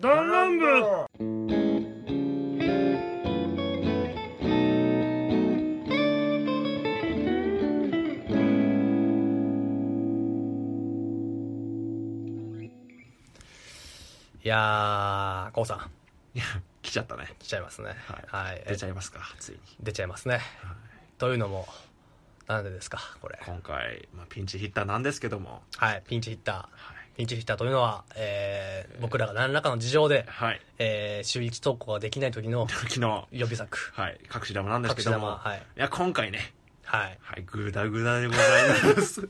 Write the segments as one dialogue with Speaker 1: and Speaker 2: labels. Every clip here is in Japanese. Speaker 1: 弾丸部いやー、こうさん、
Speaker 2: いや来ちゃったね
Speaker 1: 来ちゃいますね。
Speaker 2: は
Speaker 1: はい。
Speaker 2: 出ちゃいますかついに
Speaker 1: 出ちゃいますね。というのも、なんでですか、これ。
Speaker 2: 今回、まあ、ピンチヒッターなんですけども
Speaker 1: はい、ピンチヒッター。
Speaker 2: はい
Speaker 1: ピンチヒッターというのは、えー僕らが何らかの事情で、
Speaker 2: はい
Speaker 1: えー週一投稿ができない時の
Speaker 2: 昨日
Speaker 1: 予備作。
Speaker 2: はい隠し玉なんですけども、
Speaker 1: 隠し玉はい
Speaker 2: や今回ね
Speaker 1: はい。
Speaker 2: はいグダグダでござい ます、は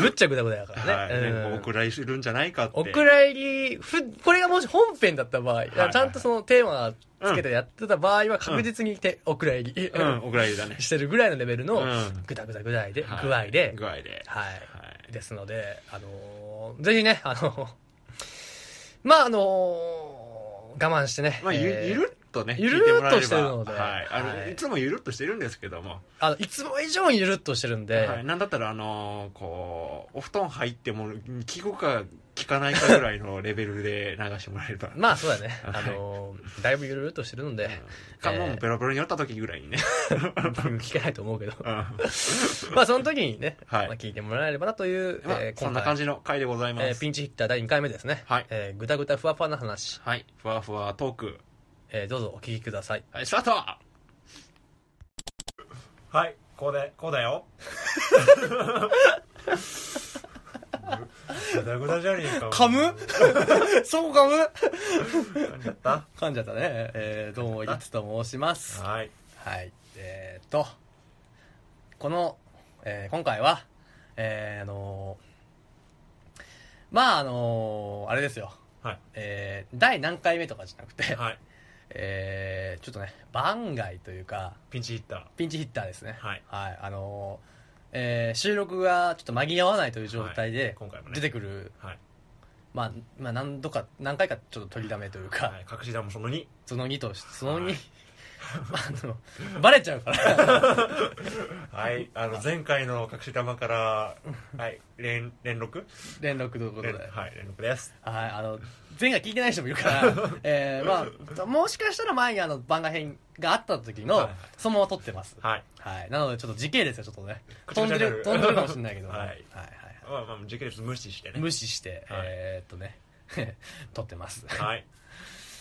Speaker 1: むっちゃグダグダやからね。
Speaker 2: いね
Speaker 1: うん
Speaker 2: もうお蔵入りするんじゃないかって
Speaker 1: お蔵入り、ふ、これがもし本編だった場合、
Speaker 2: はい
Speaker 1: ちゃんとそのテーマつけてやってた場合は確実にて、お蔵入り、
Speaker 2: うんお蔵入りだね
Speaker 1: してるぐらいのレベルの
Speaker 2: うん、
Speaker 1: グダグダぐらいで、
Speaker 2: はい
Speaker 1: 具合で、
Speaker 2: 具合で
Speaker 1: はい。
Speaker 2: はい
Speaker 1: ですので、あのーぜ ひね、あのまあ、あのー我慢してね。
Speaker 2: まあ、ゆ
Speaker 1: えー
Speaker 2: ゆるっとね
Speaker 1: ゆるっと
Speaker 2: 聞いもらえれば
Speaker 1: してるので
Speaker 2: はいあの
Speaker 1: はい
Speaker 2: い、つもゆるっとしてるんですけども、
Speaker 1: あの、いつも以上にゆるっとしてるんで、
Speaker 2: はい、なんだったらあのーこうお布団入っても聞くか聞かないかぐらいのレベルで流してもらえれ ば
Speaker 1: まあそうだね、
Speaker 2: はい
Speaker 1: あのーだいぶゆるっとしてるので、
Speaker 2: か
Speaker 1: え
Speaker 2: も
Speaker 1: ー
Speaker 2: うベロベロに酔った時ぐらいにね
Speaker 1: 聞けないと思うけど、
Speaker 2: うんま
Speaker 1: まあその時にね、
Speaker 2: はい
Speaker 1: まあ、聞いてもらえればなという、
Speaker 2: あ
Speaker 1: えー
Speaker 2: そんな感じの回でございます、
Speaker 1: えーピンチヒッター第2回目ですね。
Speaker 2: はい
Speaker 1: えーぐたぐたふわふわな話、
Speaker 2: はいふわふわトーク
Speaker 1: えーどうぞお聞きください。
Speaker 2: はいスタートはいこうでこうだ よぐだぐだじゃねえか
Speaker 1: 噛 むそう噛む
Speaker 2: やった
Speaker 1: 噛んじゃったね。えーどうも、いつと申します。
Speaker 2: はい
Speaker 1: はい。えーっと、この、えー今回は、えーあのーまああのーあれですよ。
Speaker 2: はい
Speaker 1: えー第何回目とかじゃなくて、
Speaker 2: はい
Speaker 1: えーちょっとね、番外というか、
Speaker 2: ピンチヒッター
Speaker 1: ピンチヒッターですね。
Speaker 2: はい
Speaker 1: あのーえー収録がちょっと間に合わないという状態
Speaker 2: はい
Speaker 1: で
Speaker 2: 今回もね
Speaker 1: 出てくる、
Speaker 2: はい、
Speaker 1: まあ、まあ何度か何回かちょっと取りだめというか、
Speaker 2: はい、隠し玉その2
Speaker 1: その2としその2、
Speaker 2: はい
Speaker 1: あのバレちゃうから
Speaker 2: はいあの前回の隠し玉からはい連連絡
Speaker 1: 連絡ということで、
Speaker 2: 連
Speaker 1: はい、
Speaker 2: はい連絡です
Speaker 1: あの前回聞いてない人もいる から、えーまあ、もしかしたら前にあの番外編があった時
Speaker 2: はい
Speaker 1: の
Speaker 2: はい
Speaker 1: そのまま撮ってます、
Speaker 2: はい
Speaker 1: はい、なのでちょっと時系列がちょっとね
Speaker 2: くちゃ
Speaker 1: 飛
Speaker 2: くちゃ
Speaker 1: ん
Speaker 2: にな
Speaker 1: でる
Speaker 2: る
Speaker 1: 飛んでるかもしれないけど、
Speaker 2: はい
Speaker 1: はいはいは
Speaker 2: まあまあ時系列無視して
Speaker 1: い
Speaker 2: ね
Speaker 1: 無視して、
Speaker 2: はい
Speaker 1: えーっとね 撮ってます
Speaker 2: はい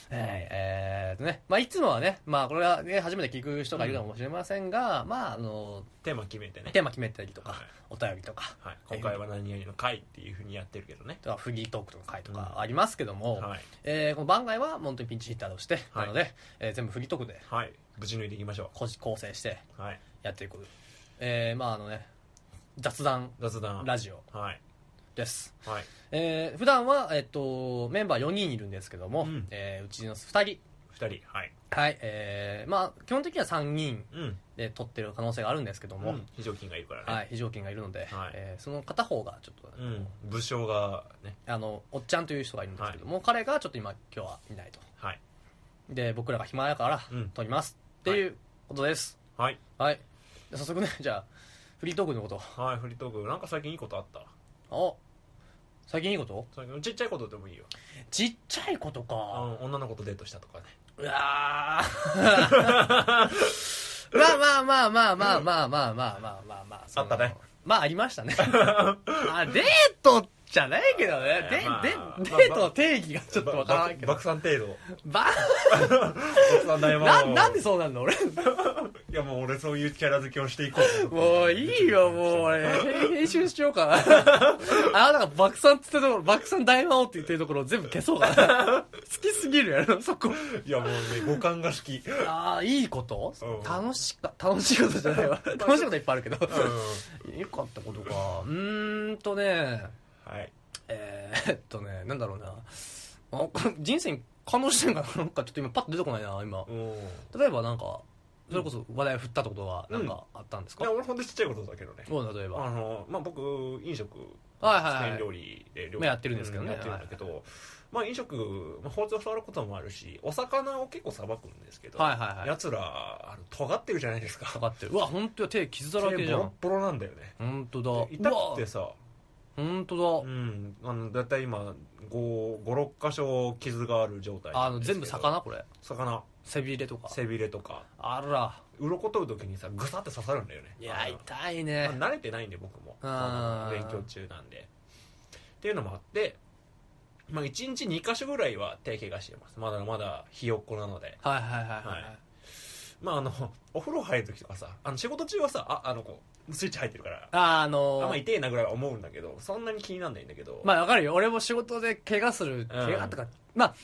Speaker 1: はい、えーっとね、まあ、いつもはね、まあ、これはね、初めて聞く人がいるかもしれませんが、まあ、あの、
Speaker 2: テーマ決めてね
Speaker 1: テーマ決めたりとか、
Speaker 2: はい
Speaker 1: お便りとか、
Speaker 2: はい、今回は何々の回っていうふうにやってるけどね
Speaker 1: あとはフリートークとか会とか
Speaker 2: うん
Speaker 1: ありますけども、
Speaker 2: はい
Speaker 1: えーこの番外は本当にピンチヒッターとして、
Speaker 2: はい
Speaker 1: なので、えー全部フリートークで
Speaker 2: はいぶち抜いていきましょ
Speaker 1: こじ構成して
Speaker 2: うはい
Speaker 1: やっていく、えーまあ、あのね、雑談
Speaker 2: 雑談
Speaker 1: ラ
Speaker 2: ジ
Speaker 1: ジオ
Speaker 2: はい
Speaker 1: です。
Speaker 2: はい
Speaker 1: えー普段は、えっと、メンバー4人いるんですけども、う
Speaker 2: うん
Speaker 1: えーうちの2人、
Speaker 2: 2人はい
Speaker 1: はい、えーまあ、基本的には3人
Speaker 2: うん
Speaker 1: で撮ってる可能性があるんですけども、
Speaker 2: うん非常勤がいるからね、
Speaker 1: はい、非常勤がいるの
Speaker 2: は
Speaker 1: で、
Speaker 2: い
Speaker 1: えーその片方がちょっと、
Speaker 2: うん武将がね
Speaker 1: あのおっちゃんという人がいるんですけども、彼がちょっと今今日はいないと
Speaker 2: はい
Speaker 1: で僕らが暇やから
Speaker 2: うん
Speaker 1: 撮ります、っていうことです
Speaker 2: はい
Speaker 1: はいで早速ねじゃあフリートークのこと
Speaker 2: はいフリートークなんか最近いいことあった
Speaker 1: あ最近いいこと
Speaker 2: 最近ちっちゃいことでもいいよ、
Speaker 1: ちっちゃいこと
Speaker 2: うん
Speaker 1: か、、
Speaker 2: 女の子とデートしたとかね
Speaker 1: うわ ーまあまあまあまあまあまあまあまあまあまあまあその
Speaker 2: あったね
Speaker 1: まああり ましたねあデートじゃないけどねで、
Speaker 2: まあ
Speaker 1: で
Speaker 2: まあ
Speaker 1: デートの定義がちょっとわからないけ
Speaker 2: ば
Speaker 1: ど
Speaker 2: 爆散程度
Speaker 1: ば
Speaker 2: 爆散大魔
Speaker 1: な
Speaker 2: 王
Speaker 1: なんでそうなんの俺
Speaker 2: いやもう俺そういうキャラ付けをしていこう
Speaker 1: もういいよ、もう
Speaker 2: う
Speaker 1: 俺。編集しよう かな。あなたが爆散って言ってるところ、爆散大魔王って言ってるところを全部消そうか な。好きすぎるやろ、そこ。
Speaker 2: いやもうね五感が好きうん
Speaker 1: ああ、いいこと
Speaker 2: うん
Speaker 1: 楽しか、楽しいことじゃないわ。 楽しいこといっぱいあるけど。よかったことか。うーんとね、
Speaker 2: はい
Speaker 1: えーっとね、なんだろうな。あ人生に感動してんかな なんかちょっと今パッと出てこないな、今。
Speaker 2: うん
Speaker 1: 例えばなんか、それこそ話題を振ったってことはなんかあったんです
Speaker 2: い
Speaker 1: か、
Speaker 2: や俺ほんとちっちゃいことだけどね
Speaker 1: もう例えば。
Speaker 2: あのまあ僕飲食
Speaker 1: はいはいは
Speaker 2: ス
Speaker 1: い
Speaker 2: ペイン料理で料
Speaker 1: まあやってるんですけどね
Speaker 2: うやってるんだけど、まあ飲食、まあ、包丁触ることもあるしお魚を結構さばくんですけど、
Speaker 1: はいはいはい
Speaker 2: やつらあの尖ってるじゃないですか
Speaker 1: かかってるうわ本当や手傷だらけ
Speaker 2: 手
Speaker 1: じゃ
Speaker 2: ボロッ
Speaker 1: ん
Speaker 2: ボロなんだよね
Speaker 1: 本当だ
Speaker 2: で痛くて
Speaker 1: うわ
Speaker 2: さ
Speaker 1: 本当
Speaker 2: う
Speaker 1: だ、
Speaker 2: んあのだいたい今56箇所傷がある状態
Speaker 1: あ
Speaker 2: なん
Speaker 1: の
Speaker 2: ですけ
Speaker 1: 全
Speaker 2: ど
Speaker 1: 部魚これ
Speaker 2: 魚
Speaker 1: 背びれとか
Speaker 2: 背びれとか
Speaker 1: あら
Speaker 2: 鱗取る時にさぐさって刺さるんだよね
Speaker 1: いや
Speaker 2: あの
Speaker 1: 痛いね、
Speaker 2: まあ慣れてないんで僕も
Speaker 1: うん
Speaker 2: あの勉強中なんでっていうのもあって、まあ、1日2箇所ぐらいは手怪我してますまだまだひよっこなので、
Speaker 1: はいはいはいはい、
Speaker 2: はいまあ、あの お風呂入る時とかさあの仕事中はさああのこうスイッチ入ってるから
Speaker 1: あーあのー
Speaker 2: あんま痛えなぐらいは思うんだけどそんなに気になんないんだけど、
Speaker 1: まあわかるよ俺も仕事で怪我する怪我とか、まあ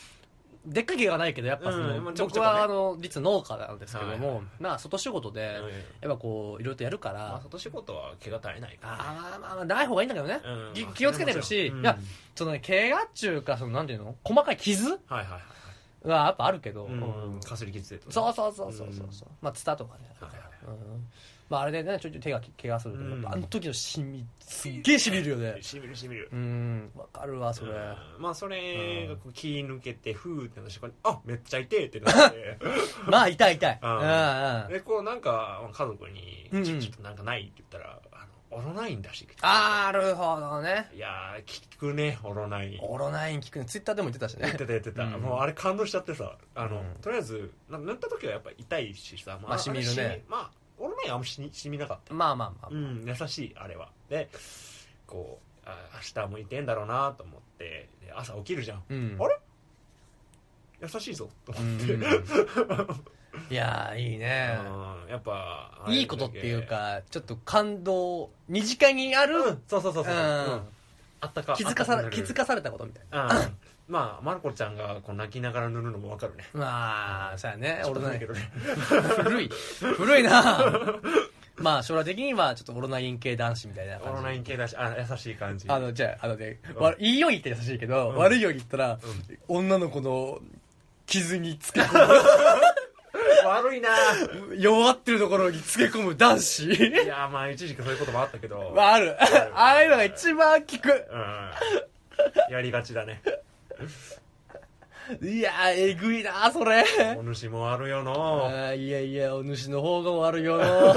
Speaker 1: でっかい怪我はないけどやっぱその、
Speaker 2: うんまあちょこち
Speaker 1: 僕
Speaker 2: ょこね
Speaker 1: はあの実は農家なんですけども、
Speaker 2: はい
Speaker 1: まあ外仕事で、
Speaker 2: うん
Speaker 1: やっぱこういろいろとやるから、
Speaker 2: まあ、外仕事は怪我絶えないから、ね
Speaker 1: あーまあまあまあない方がいいんだけどね、
Speaker 2: うん
Speaker 1: き
Speaker 2: まあ
Speaker 1: 気をつけてるし、
Speaker 2: それはもちろん
Speaker 1: いや
Speaker 2: うん
Speaker 1: そのね怪我っちゅうかそのなんていうの細かい傷
Speaker 2: はいはいはい
Speaker 1: はやっぱあるけど、
Speaker 2: うん
Speaker 1: うん
Speaker 2: かすり傷でとか
Speaker 1: そうそうそうそうそうそうまあツタとかね、
Speaker 2: はいはいはい
Speaker 1: うんまああれでねちょいちょい手が怪我するけど、
Speaker 2: うん
Speaker 1: やっぱあの時のしみすっげえしみるよね
Speaker 2: しみるしみる
Speaker 1: うんわかるわそれ、
Speaker 2: うんまあそれがこう気抜けてふーってなった瞬間にあめっちゃ痛えってなって
Speaker 1: まあ痛い痛い
Speaker 2: うん
Speaker 1: うんうん
Speaker 2: でこうなんか家族に
Speaker 1: うんうん
Speaker 2: ちょ「ちょっとなんかない?」って言ったら「あのオロナイン出してきて」
Speaker 1: あーなるほどね
Speaker 2: いやー効くねオロナイン
Speaker 1: オロナイン聞くねツイッターでも言ってたし
Speaker 2: 言っ
Speaker 1: ね
Speaker 2: てた言ってた、
Speaker 1: うん
Speaker 2: もうあれ感動しちゃってさあの、
Speaker 1: うん
Speaker 2: とりあえずな塗った時はやっぱ痛いしさ、ま
Speaker 1: まあ染みる
Speaker 2: あ
Speaker 1: ね
Speaker 2: れ染みまあオロナインはあんましみしみなかった
Speaker 1: まあまあまあ、
Speaker 2: うん、優しいあれはでこうあ明日もいてんだろうなと思ってで朝起きるじゃん
Speaker 1: うん
Speaker 2: あれ優しいぞと
Speaker 1: う
Speaker 2: 思
Speaker 1: ん
Speaker 2: って、うん
Speaker 1: いやーいいね
Speaker 2: やっぱあれだけ
Speaker 1: いいことっていうかちょっと感動身近にある、
Speaker 2: うんそうそうそうそう、
Speaker 1: うん
Speaker 2: うんあったか
Speaker 1: 気づかさ
Speaker 2: あった
Speaker 1: れ気づかされたことみたい
Speaker 2: なるうんまあまるこちゃんがこう泣きながら塗るのもわかる ね
Speaker 1: なまあそうやねオロナイ
Speaker 2: ち
Speaker 1: ン
Speaker 2: ょっと古い けどね
Speaker 1: 古い古いなまあ将来的にはちょっとオロナイン系男子みたいな感
Speaker 2: オロ
Speaker 1: じ
Speaker 2: ナイン系だしあ優しい感じ
Speaker 1: あのじゃああのね、
Speaker 2: ん
Speaker 1: わいいように言ったら優しいけど、
Speaker 2: うん
Speaker 1: 悪いように言ったら、
Speaker 2: ん
Speaker 1: 女の子の傷につけ込
Speaker 2: 悪いな
Speaker 1: む弱ってるところにつけ込む男子
Speaker 2: いやまあ一時期そういうこともあったけど、
Speaker 1: まああるああいうのが一番効く
Speaker 2: うんやりがちだね
Speaker 1: いやーえぐいなーそれ
Speaker 2: お主もあるよ
Speaker 1: あ
Speaker 2: の
Speaker 1: ーいやいやお主の方が悪いよ の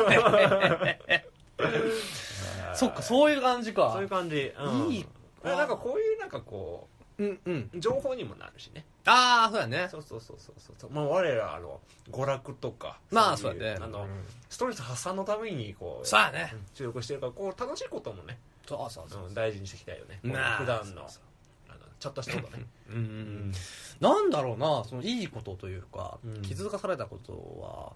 Speaker 1: そっかそういう感じか
Speaker 2: そういう感じ、うん、
Speaker 1: いい
Speaker 2: なんかこういうなんかこ
Speaker 1: うんうん
Speaker 2: う情報にもなるしね
Speaker 1: ああそうやね
Speaker 2: そうそうそうそうそうまあ我らあの娯楽とか
Speaker 1: まあ
Speaker 2: い
Speaker 1: そうやね
Speaker 2: あの、
Speaker 1: うん
Speaker 2: ストレス発散のためにこう
Speaker 1: そうやね
Speaker 2: うん注力してるからこう楽しいこともね、
Speaker 1: そうそう
Speaker 2: う、
Speaker 1: そうん
Speaker 2: 大事にしていきたいよねこう
Speaker 1: なあ
Speaker 2: 普段の
Speaker 1: そう
Speaker 2: あのちょっとしたことね、
Speaker 1: うんうんうんなんだろうなそのいいことというか、
Speaker 2: うん
Speaker 1: 気づかされたことは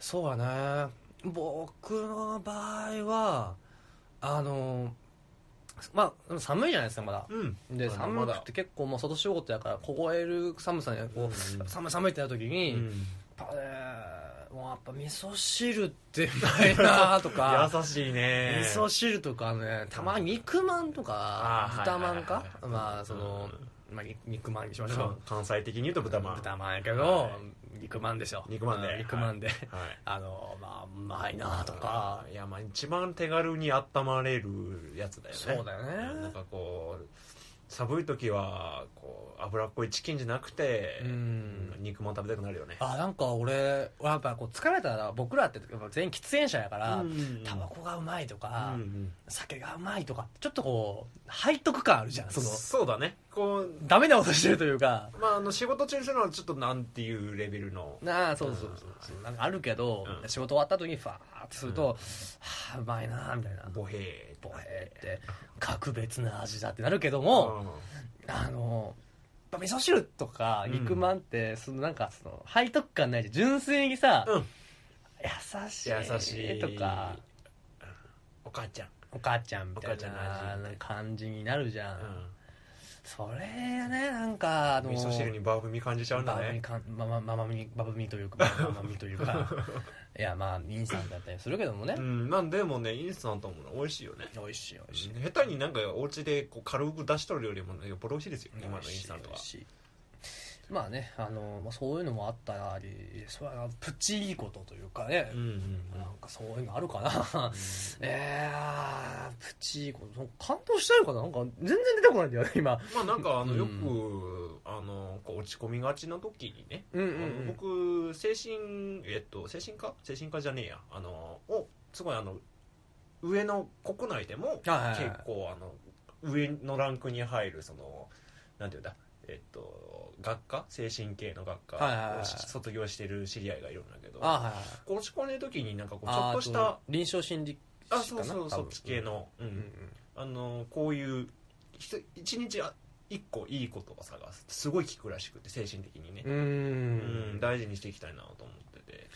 Speaker 1: そうやね僕の場合はあのまあ寒いじゃないですかまだ
Speaker 2: うん
Speaker 1: で
Speaker 2: あの
Speaker 1: 寒くて結構もう外仕事やから凍える寒さにこう、
Speaker 2: うん
Speaker 1: 寒い寒いってなった時に、
Speaker 2: うん
Speaker 1: やっぱねもうやっぱ味噌汁ってうまいなとか
Speaker 2: 優し いね
Speaker 1: 味噌汁とかねたまに肉まんと
Speaker 2: あ
Speaker 1: か
Speaker 2: ー
Speaker 1: 豚まん
Speaker 2: は
Speaker 1: か
Speaker 2: いはいはいはい
Speaker 1: まあその、まあ、肉肉まんにしましょう
Speaker 2: 関西的に言うと豚まん
Speaker 1: 豚まんやけど、
Speaker 2: は
Speaker 1: 肉まんでしょ
Speaker 2: 肉まんで
Speaker 1: う肉まんで、
Speaker 2: はい
Speaker 1: あのまあうまいなとか
Speaker 2: いやまあ一番手軽に温まれるやつだよね
Speaker 1: そうだよね
Speaker 2: なんかこう寒い時はこう脂っこいチキンじゃなくて、
Speaker 1: うん
Speaker 2: 肉まん食べたくなるよね
Speaker 1: あなんか俺やっぱこう疲れたら僕らってやっぱ全員喫煙者やから、
Speaker 2: うん
Speaker 1: タバコがうまいとか、
Speaker 2: うんうん
Speaker 1: 酒がうまいとかちょっとこう背徳感あるじゃんその
Speaker 2: そうだねこう
Speaker 1: ダメなことしてるというか
Speaker 2: まああの仕事中にするのはちょっとなんていうレベルの
Speaker 1: なあそうそうそうそうなんかあるけど、
Speaker 2: うん
Speaker 1: 仕事終わった時にファーってすると、はあうまいなあみたいな
Speaker 2: ボヘ
Speaker 1: ボヘって格別な味だってなるけど
Speaker 2: ー
Speaker 1: も、あのやっぱ味噌汁とか
Speaker 2: うん
Speaker 1: 肉まんって、そのなんかその背徳感ないし純粋にさ、
Speaker 2: うん
Speaker 1: 優し
Speaker 2: 優し
Speaker 1: い
Speaker 2: い
Speaker 1: とか
Speaker 2: お母ちゃん、
Speaker 1: お母ちゃんみたい
Speaker 2: お母ちゃんの
Speaker 1: な
Speaker 2: 味
Speaker 1: 感じになるじゃん、
Speaker 2: う
Speaker 1: それがねなんかあ
Speaker 2: ん
Speaker 1: の
Speaker 2: 味噌汁にバブミ感じちゃうんだ
Speaker 1: バブミ
Speaker 2: ね
Speaker 1: かんままままみバブミというかままみとい うかいやまあインスタントだったりするけどもね、
Speaker 2: うんまあでもねインスタントも美味しいよね
Speaker 1: 美味しい美味しい
Speaker 2: 下手になんかお家でこう軽く出しとるよりもねよっぽど美味しいですよ今のインスタントは
Speaker 1: 美味しいまあねあの、まあ、そういうのもあったなりそうやなプチいいことというかね
Speaker 2: うん、うん
Speaker 1: なんかそういうのあるかな、 えー、プチいいこと感動したいのかななんか全然出てこないんだよね今
Speaker 2: まあなんかあの
Speaker 1: うん
Speaker 2: よく、あのこう落ち込みがちな時にね、
Speaker 1: うんう
Speaker 2: あの僕精神えっと精神科精神科じゃねえやあのをすごいあの上の国内でも
Speaker 1: はいはいはい
Speaker 2: 結構あの上のランクに入るそのなんていうんだえっと学科精神系の学科
Speaker 1: はいはいはいは
Speaker 2: を
Speaker 1: い
Speaker 2: 卒業してる知り合いがいるんだけど
Speaker 1: あはいはい
Speaker 2: 落ち込んでる時になんかこうちょ
Speaker 1: あ
Speaker 2: っ
Speaker 1: ー
Speaker 2: とした
Speaker 1: 臨床心理士か
Speaker 2: あ
Speaker 1: な
Speaker 2: そうそう
Speaker 1: 多
Speaker 2: そ
Speaker 1: 分
Speaker 2: っち系の、うん
Speaker 1: うんうん
Speaker 2: あのこういうひと一日あ一個いいことを探すすごい効くらしくて精神的にね
Speaker 1: う、ー
Speaker 2: うん
Speaker 1: ん
Speaker 2: 大事にしていきたいなと思ってて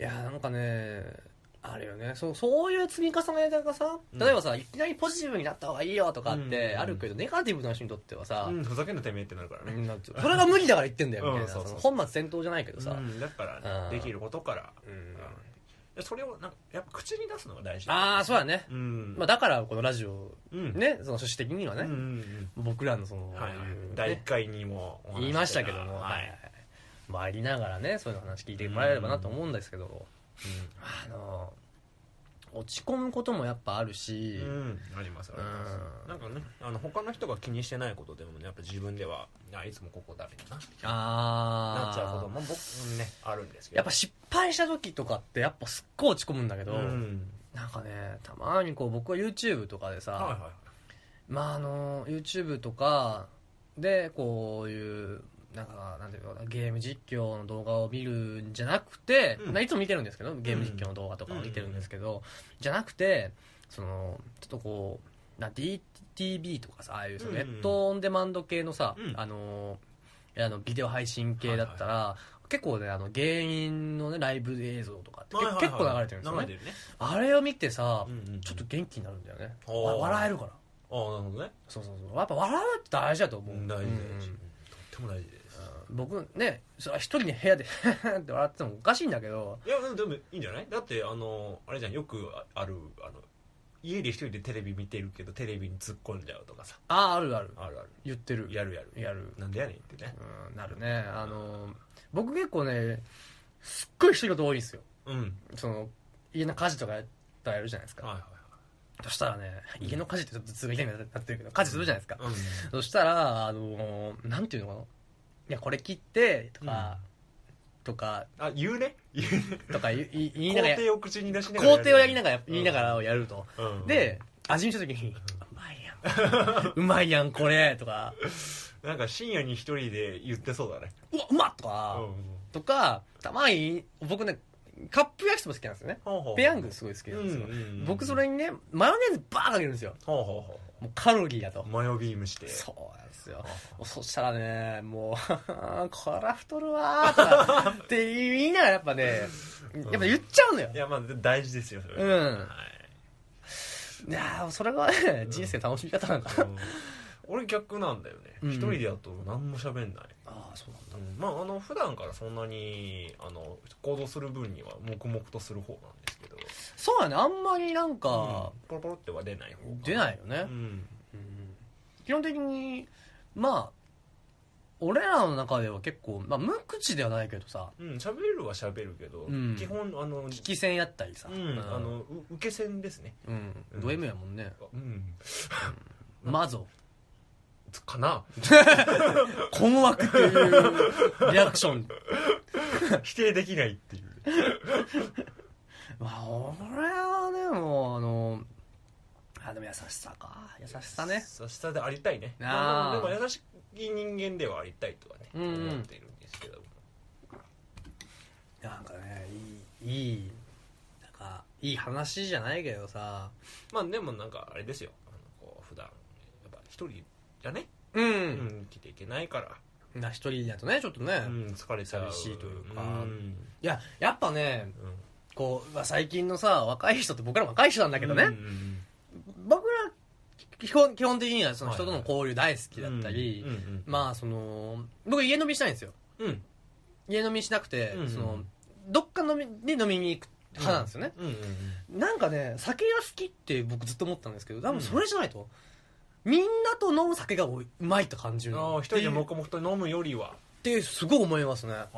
Speaker 1: いやなんかねあるよねそうそういう積み重ねがさ
Speaker 2: うん
Speaker 1: 例えばさ、いきなりポジティブになった方がいいよとかっ
Speaker 2: う
Speaker 1: て
Speaker 2: ん
Speaker 1: あるけど、ネガティブな人にとってはさ、
Speaker 2: うんふざけんなてめえってなるからね、
Speaker 1: なんていうのそれが無理だから言ってんだよみた
Speaker 2: う
Speaker 1: いな、
Speaker 2: んそうそうそう
Speaker 1: その本末転倒じゃないけどさ、
Speaker 2: うんだからね、
Speaker 1: うん
Speaker 2: できることから、
Speaker 1: うん
Speaker 2: うんそれをなんかやっぱ口に出すのが大事
Speaker 1: ああそう
Speaker 2: だ
Speaker 1: だね、
Speaker 2: うん
Speaker 1: まあ、だからこのラジオ
Speaker 2: うん
Speaker 1: ね、その趣旨的には
Speaker 2: うんう
Speaker 1: ね、
Speaker 2: ん
Speaker 1: 僕らのその、
Speaker 2: うんはいはい
Speaker 1: ね
Speaker 2: 第1回にもお話し
Speaker 1: 言いましたけども、
Speaker 2: は
Speaker 1: はい
Speaker 2: い、
Speaker 1: まあ、ありながらねそういうの話聞いてもらえればなと思うんですけど、あの落ち込むこともやっぱある
Speaker 2: う
Speaker 1: し、
Speaker 2: ん、うんありますあります、
Speaker 1: うん
Speaker 2: なんかねあの他の人が気にしてないことでもねやっぱ自分ではあいつもここだめだな
Speaker 1: ああ
Speaker 2: なっちゃうことも僕もねあるんですけど
Speaker 1: やっぱ失敗した時とかってやっぱすっごい落ち込むんだけど、
Speaker 2: うん
Speaker 1: なんかねたまにこう僕は YouTube とかでさ、
Speaker 2: はいはいはい
Speaker 1: まああの YouTube とかでこういうなんかなんていうのかなゲーム実況の動画を見るんじゃなくて、
Speaker 2: うん
Speaker 1: まあいつも見てるんですけどゲーム実況の動画とかを見てるんですけど、じゃなくてそのちょっとこうなんて DTV とかさああいうその
Speaker 2: うん
Speaker 1: ネットオンデマンド系のさ、
Speaker 2: うん
Speaker 1: あのあのビデオ配信系だったら、結構ねあの芸人のねライブ映像とかって、け
Speaker 2: はいはいはい
Speaker 1: 結構流れてるんですよ
Speaker 2: 流れて
Speaker 1: ね
Speaker 2: るね
Speaker 1: あれを見てさ、
Speaker 2: うんうん
Speaker 1: ちょっと元気になるんだよね、
Speaker 2: おー
Speaker 1: わ笑えるから
Speaker 2: ああなるほどね
Speaker 1: そうそうそうやっぱ笑うって大事だと思う、
Speaker 2: 大事です
Speaker 1: うん
Speaker 2: とっても大事です
Speaker 1: 僕ねそれは一人で部屋で って笑っててもおかしいんだけど
Speaker 2: いやでもいいんじゃないだってあのあれじゃんよくあるあの家で一人でテレビ見てるけどテレビに突っ込んじゃうとかさ
Speaker 1: あああるある
Speaker 2: あるある
Speaker 1: 言ってる
Speaker 2: やるやる
Speaker 1: やる
Speaker 2: なんでやねんってね
Speaker 1: うんなるねあの僕結構ねすっごい一人言多いんですよ
Speaker 2: うん
Speaker 1: その家の家事とかやったらやるじゃないですか、
Speaker 2: はいはい
Speaker 1: そしたらね家の家事ってちょっとずっと痛いなってるけど家事するじゃないですか、
Speaker 2: はい
Speaker 1: そしたらあのなんていうのかないやこれ切ってとか、とか
Speaker 2: あ言うね言うね
Speaker 1: とか言い言いなが
Speaker 2: 工
Speaker 1: ら
Speaker 2: 程を口に出しながら
Speaker 1: 工程をやりながら言いながら
Speaker 2: ら
Speaker 1: をやると、
Speaker 2: うん
Speaker 1: で味見した時に「うまいやんうまいやんこれ」とか
Speaker 2: なんか深夜に一人で言ってそうだね
Speaker 1: 「うわうまっ!」と
Speaker 2: う
Speaker 1: か、
Speaker 2: ん
Speaker 1: とかたまに僕ねカップ焼きそば好きなんですよね
Speaker 2: ほうほう
Speaker 1: ペヤングすごい好きなんですよ、
Speaker 2: うんうんうん
Speaker 1: 僕それにねマヨネーズバーかけるんですよ
Speaker 2: ほうほうほ
Speaker 1: もうカロリーだと
Speaker 2: うマヨビームして
Speaker 1: そうなんですよそしたらねもう こら太るわーとかって言いながらやっぱねやっぱ言っちゃうのよ
Speaker 2: いやまあ大事ですよそれ
Speaker 1: う
Speaker 2: は
Speaker 1: ん
Speaker 2: はい
Speaker 1: いやーそれがね人生の楽しみ方なんかな、
Speaker 2: うん 俺逆なんだよね
Speaker 1: うん
Speaker 2: 一人でやっと何も喋んない、
Speaker 1: ああそうなんだ
Speaker 2: うんまああの普段からそんなにあの行動する分には黙々とする方なんですけど
Speaker 1: そうやねあんまりなんか、
Speaker 2: うんポロポロっては出ない方、
Speaker 1: 出ないいよね、
Speaker 2: うん、
Speaker 1: 基本的にまあ俺らの中では結構、まあ、無口ではないけどさ
Speaker 2: うん、喋るは喋るけど、
Speaker 1: うん
Speaker 2: 基本あの
Speaker 1: 危機戦やったりさ、
Speaker 2: うん、あのう受け線ですね
Speaker 1: うん
Speaker 2: うん
Speaker 1: ド M やもんね、
Speaker 2: うん
Speaker 1: マゾ
Speaker 2: かな
Speaker 1: 困惑っていうリアクション
Speaker 2: 否定できないっていう
Speaker 1: まあ俺はねもうあのあでも優しさか優しさね
Speaker 2: 優しさでありたいね
Speaker 1: あー
Speaker 2: でも優しい人間ではありたいとはね、
Speaker 1: うんうん
Speaker 2: 思っているんですけども
Speaker 1: なんかねいいいいなんかいい話じゃないけどさ
Speaker 2: まあでもなんかあれですよあのこう普段やっぱ一人じゃね、
Speaker 1: う、
Speaker 2: うんん、生きていけないから、
Speaker 1: な一人だとねちょっとね、
Speaker 2: うん、疲れちゃう
Speaker 1: 寂しいというか
Speaker 2: うん
Speaker 1: いややっぱね
Speaker 2: うん
Speaker 1: こう、まあ、最近のさ若い人って僕らも若い人なんだけどね、
Speaker 2: うん
Speaker 1: 僕ら基本基本的にはその人との交流大好きだったり、
Speaker 2: うんうん
Speaker 1: まあその僕家飲みしたいんですよ
Speaker 2: うん
Speaker 1: 家飲みしなくて、
Speaker 2: うん
Speaker 1: そのどっか飲みに飲みに行く派なんですよね、
Speaker 2: うんうん
Speaker 1: なんかね酒が好きって僕ずっと思ったんですけど多分それじゃないと、みんなと飲む酒が多いうまいと感じ
Speaker 2: う
Speaker 1: る
Speaker 2: んああ一人で黙々と飲むよりは
Speaker 1: ってってすごい思いますね
Speaker 2: ああ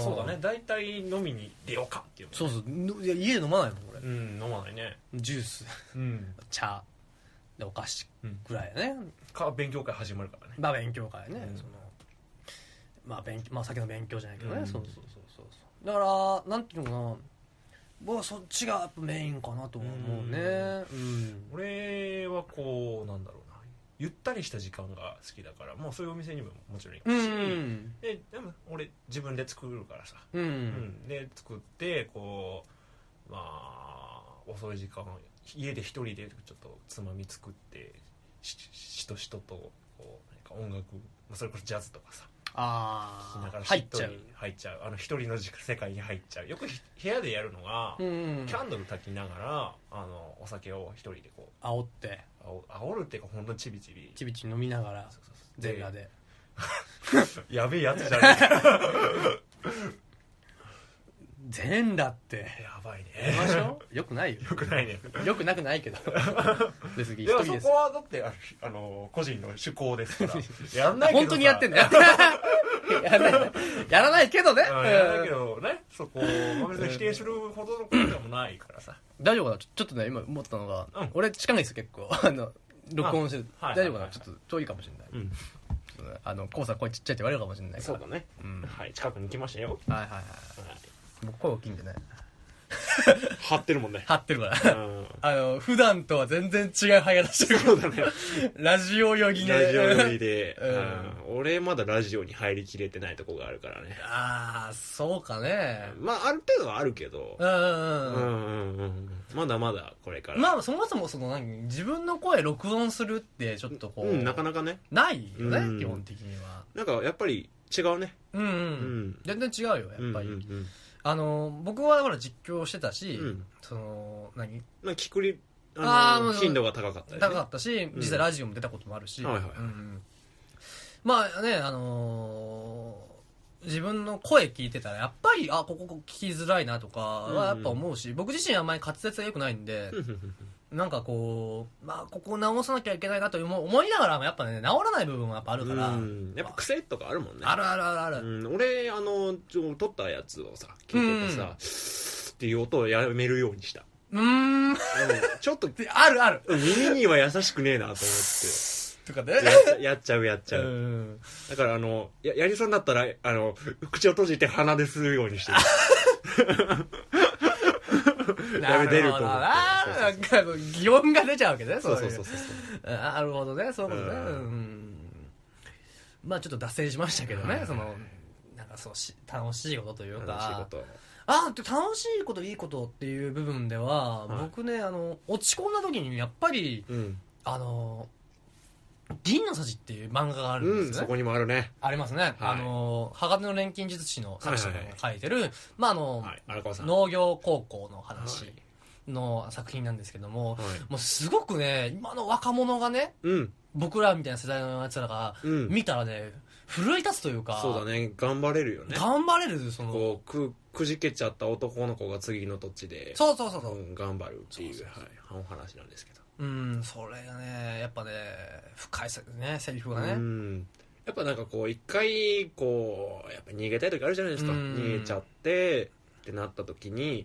Speaker 2: そうだね大体飲みに出ようかっていう
Speaker 1: そうそうのいや家で飲まないもん俺
Speaker 2: うん飲まないね
Speaker 1: ジュース
Speaker 2: うん
Speaker 1: 茶でお菓子ぐらいね
Speaker 2: か勉強会始まるからね
Speaker 1: まあ勉強会ね、
Speaker 2: うん
Speaker 1: そのまあ勉強まあ酒の勉強じゃないけどね、
Speaker 2: うん
Speaker 1: そうそうそうそうそうだからなんていうのかな僕はそっちがやっぱメインかなとは思うねうん、
Speaker 2: 俺はこうなんだろうなゆったりした時間が好きだからもうそういうお店にももちろん行
Speaker 1: う
Speaker 2: くし、
Speaker 1: ん
Speaker 2: ででも俺自分で作るからさ、
Speaker 1: うんう
Speaker 2: うんで作ってこうまあ遅い時間家で一人でちょっとつまみ作ってしししとしととこうなんか音楽、まあ、それこそジャズとかさ聴き
Speaker 1: あ
Speaker 2: なが
Speaker 1: あ
Speaker 2: ら
Speaker 1: 入
Speaker 2: し
Speaker 1: っ
Speaker 2: っと
Speaker 1: ちゃう
Speaker 2: り入っちゃうあの一人の時間世界に入っちゃうよくひ部屋でやるのが、
Speaker 1: うん
Speaker 2: キャンドル焚きながらあのお酒を一人でこ
Speaker 1: 煽って
Speaker 2: うあお煽るっていうかほんとちびちび
Speaker 1: ちびちび飲みながら
Speaker 2: そうそうそう
Speaker 1: 全裸で
Speaker 2: やべえやつ じゃねえか
Speaker 1: 全裸って
Speaker 2: やばいね
Speaker 1: やりましょうよくないよ
Speaker 2: よくないね
Speaker 1: よくなくな いけど別に一
Speaker 2: でも
Speaker 1: 人
Speaker 2: そ
Speaker 1: です
Speaker 2: こはだってああの個人の趣向ですからや んないけどさ
Speaker 1: 本当にやってんだよやらないやらないけどね
Speaker 2: うんやんないけどねそこをまあ別に否定するほどのことでもないからさ
Speaker 1: 大丈夫かなちょちょっとね今思ったのが、
Speaker 2: うん
Speaker 1: 俺近いんですよ結構 あの録音してる、
Speaker 2: あはい
Speaker 1: 大丈夫かな、
Speaker 2: はいはい
Speaker 1: ちょっと遠いかもしれない、
Speaker 2: うん
Speaker 1: ちょっとねあのコウさん声ちっちゃいって言われるかもしれないから
Speaker 2: だね
Speaker 1: うんはい
Speaker 2: はい近くに来ましたよ
Speaker 1: はいはい僕声大きいんでね
Speaker 2: 張ってるもん ね
Speaker 1: 張ってるから
Speaker 2: ん
Speaker 1: あの普段とは全然違う早 出してる
Speaker 2: そうだね
Speaker 1: ラジオよぎね
Speaker 2: ラジオよりで、
Speaker 1: うん
Speaker 2: うん俺まだラジオに入りきれてないとこがあるからね
Speaker 1: ああそうかね
Speaker 2: まあある程度はあるけど
Speaker 1: うんうん
Speaker 2: う
Speaker 1: うん、
Speaker 2: んうんうんまだまだこれから
Speaker 1: まあそもそもその何自分の声録音するってちょっとこう、
Speaker 2: うんなかなかね
Speaker 1: ないよね、
Speaker 2: うん
Speaker 1: 基本的には
Speaker 2: なんかやっぱり違うね
Speaker 1: うんうん、
Speaker 2: うん
Speaker 1: 全然違うよやっぱり、
Speaker 2: うんうんうん
Speaker 1: あの僕はほら実況してたし、
Speaker 2: うん
Speaker 1: その何
Speaker 2: なんか聞くり
Speaker 1: あ
Speaker 2: あ
Speaker 1: ー
Speaker 2: の
Speaker 1: うん
Speaker 2: 頻度が高かったよね
Speaker 1: 高かったし
Speaker 2: ん
Speaker 1: 実際ラジオも出たこともあるし、
Speaker 2: はいはいはい
Speaker 1: うんうんまあねあのー自分の声聞いてたらやっぱりあここここ聞きづらいなとかはやっぱ思うし、僕自身あんまり滑舌が良くないんで、
Speaker 2: うんうん
Speaker 1: なんかこうまあここ直さなきゃいけないなと思思いながらもやっぱね直らない部分はやっぱある
Speaker 2: うん
Speaker 1: から、
Speaker 2: うんやっぱ癖とかあるもんね
Speaker 1: あるあるあるある、
Speaker 2: うん、俺あのちょ撮ったやつをさ聞いてて
Speaker 1: うん
Speaker 2: さ、スーっていう音をやめるようにした、
Speaker 1: うーん
Speaker 2: うんちょっと
Speaker 1: あるある
Speaker 2: 耳には優しくねえなと思って
Speaker 1: とかね
Speaker 2: や っやっちゃうやっちゃう、
Speaker 1: うん
Speaker 2: だからあのややりそうになったらあの口を閉じて鼻でするようにしてる やめてると思って
Speaker 1: なるほどななんか擬音が出ちゃうわけね
Speaker 2: そう
Speaker 1: い
Speaker 2: そうそうそうそう
Speaker 1: あなるほどねそういうことね
Speaker 2: う
Speaker 1: うんんまあちょっと脱線しましたけど
Speaker 2: はい
Speaker 1: ね
Speaker 2: はい
Speaker 1: そのなんかそうし楽しいことという
Speaker 2: 楽しいこ
Speaker 1: か
Speaker 2: と
Speaker 1: あで楽しいこといいことっていう部分では、
Speaker 2: はい
Speaker 1: 僕ねあの落ち込んだ時にやっぱり
Speaker 2: うん、
Speaker 1: あの「銀のさじ」っていう漫画がある
Speaker 2: うんん、
Speaker 1: です
Speaker 2: そ
Speaker 1: よね、
Speaker 2: こにもあるね
Speaker 1: ありますね、あの鋼の錬金術師の作者が書いてる、まああの、
Speaker 2: はい荒川さん
Speaker 1: 農業高校
Speaker 2: は
Speaker 1: の話
Speaker 2: い
Speaker 1: の作品なんですけども、
Speaker 2: はい
Speaker 1: もうすごくね、今の若者がね、
Speaker 2: うん
Speaker 1: 僕らみたいな世代のやつらが、
Speaker 2: うん
Speaker 1: 見たらね、奮い立つというか、
Speaker 2: そうだね頑張れるよね
Speaker 1: 頑張れる、その、
Speaker 2: こうくくじけちゃった男の子が次の土地で
Speaker 1: そうそうそうそう
Speaker 2: う、ん、頑張るっていう
Speaker 1: そうそう
Speaker 2: はい、お話なんですけど
Speaker 1: うん、それがね、やっぱね、深いさね、セリフが
Speaker 2: う
Speaker 1: ね。
Speaker 2: んやっぱなんかこう一回こうやっぱ逃げたい時あるじゃないですか、
Speaker 1: うん
Speaker 2: 逃げちゃってってなった時に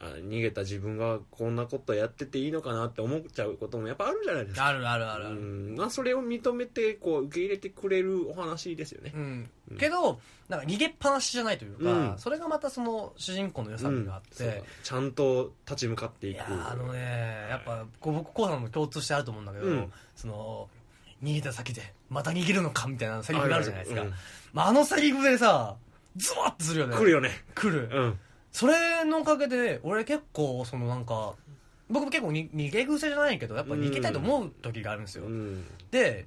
Speaker 2: あ逃げた自分がこんなことやってていいのかなって思っちゃうこともやっぱあるじゃないですか
Speaker 1: あるあるあるあ
Speaker 2: う
Speaker 1: る。
Speaker 2: んまあ、それを認めてこう受け入れてくれるお話ですよね
Speaker 1: うん
Speaker 2: うん
Speaker 1: けど、なんか逃げっぱなしじゃないというか、
Speaker 2: うん
Speaker 1: それがまたその主人公の良さがあっ
Speaker 2: そうだ
Speaker 1: て、
Speaker 2: ちゃんと立ち向かってい
Speaker 1: い
Speaker 2: く
Speaker 1: やーあのね、やっぱ、こう僕、コウさんも共通してあると思うんだけど、
Speaker 2: うん
Speaker 1: その、逃げた先で、また逃げるのかみたいなセリフがあるじゃないですか。
Speaker 2: うん
Speaker 1: まあ、あのセリフでさ、ズワッとするよね。
Speaker 2: 来るよね
Speaker 1: 来る。
Speaker 2: うん
Speaker 1: それのおかげで、俺結構、そのなんか、僕も結構に逃げ癖じゃないけど、やっぱ逃げたいと思う時があるんです
Speaker 2: う
Speaker 1: よ。
Speaker 2: ん
Speaker 1: で、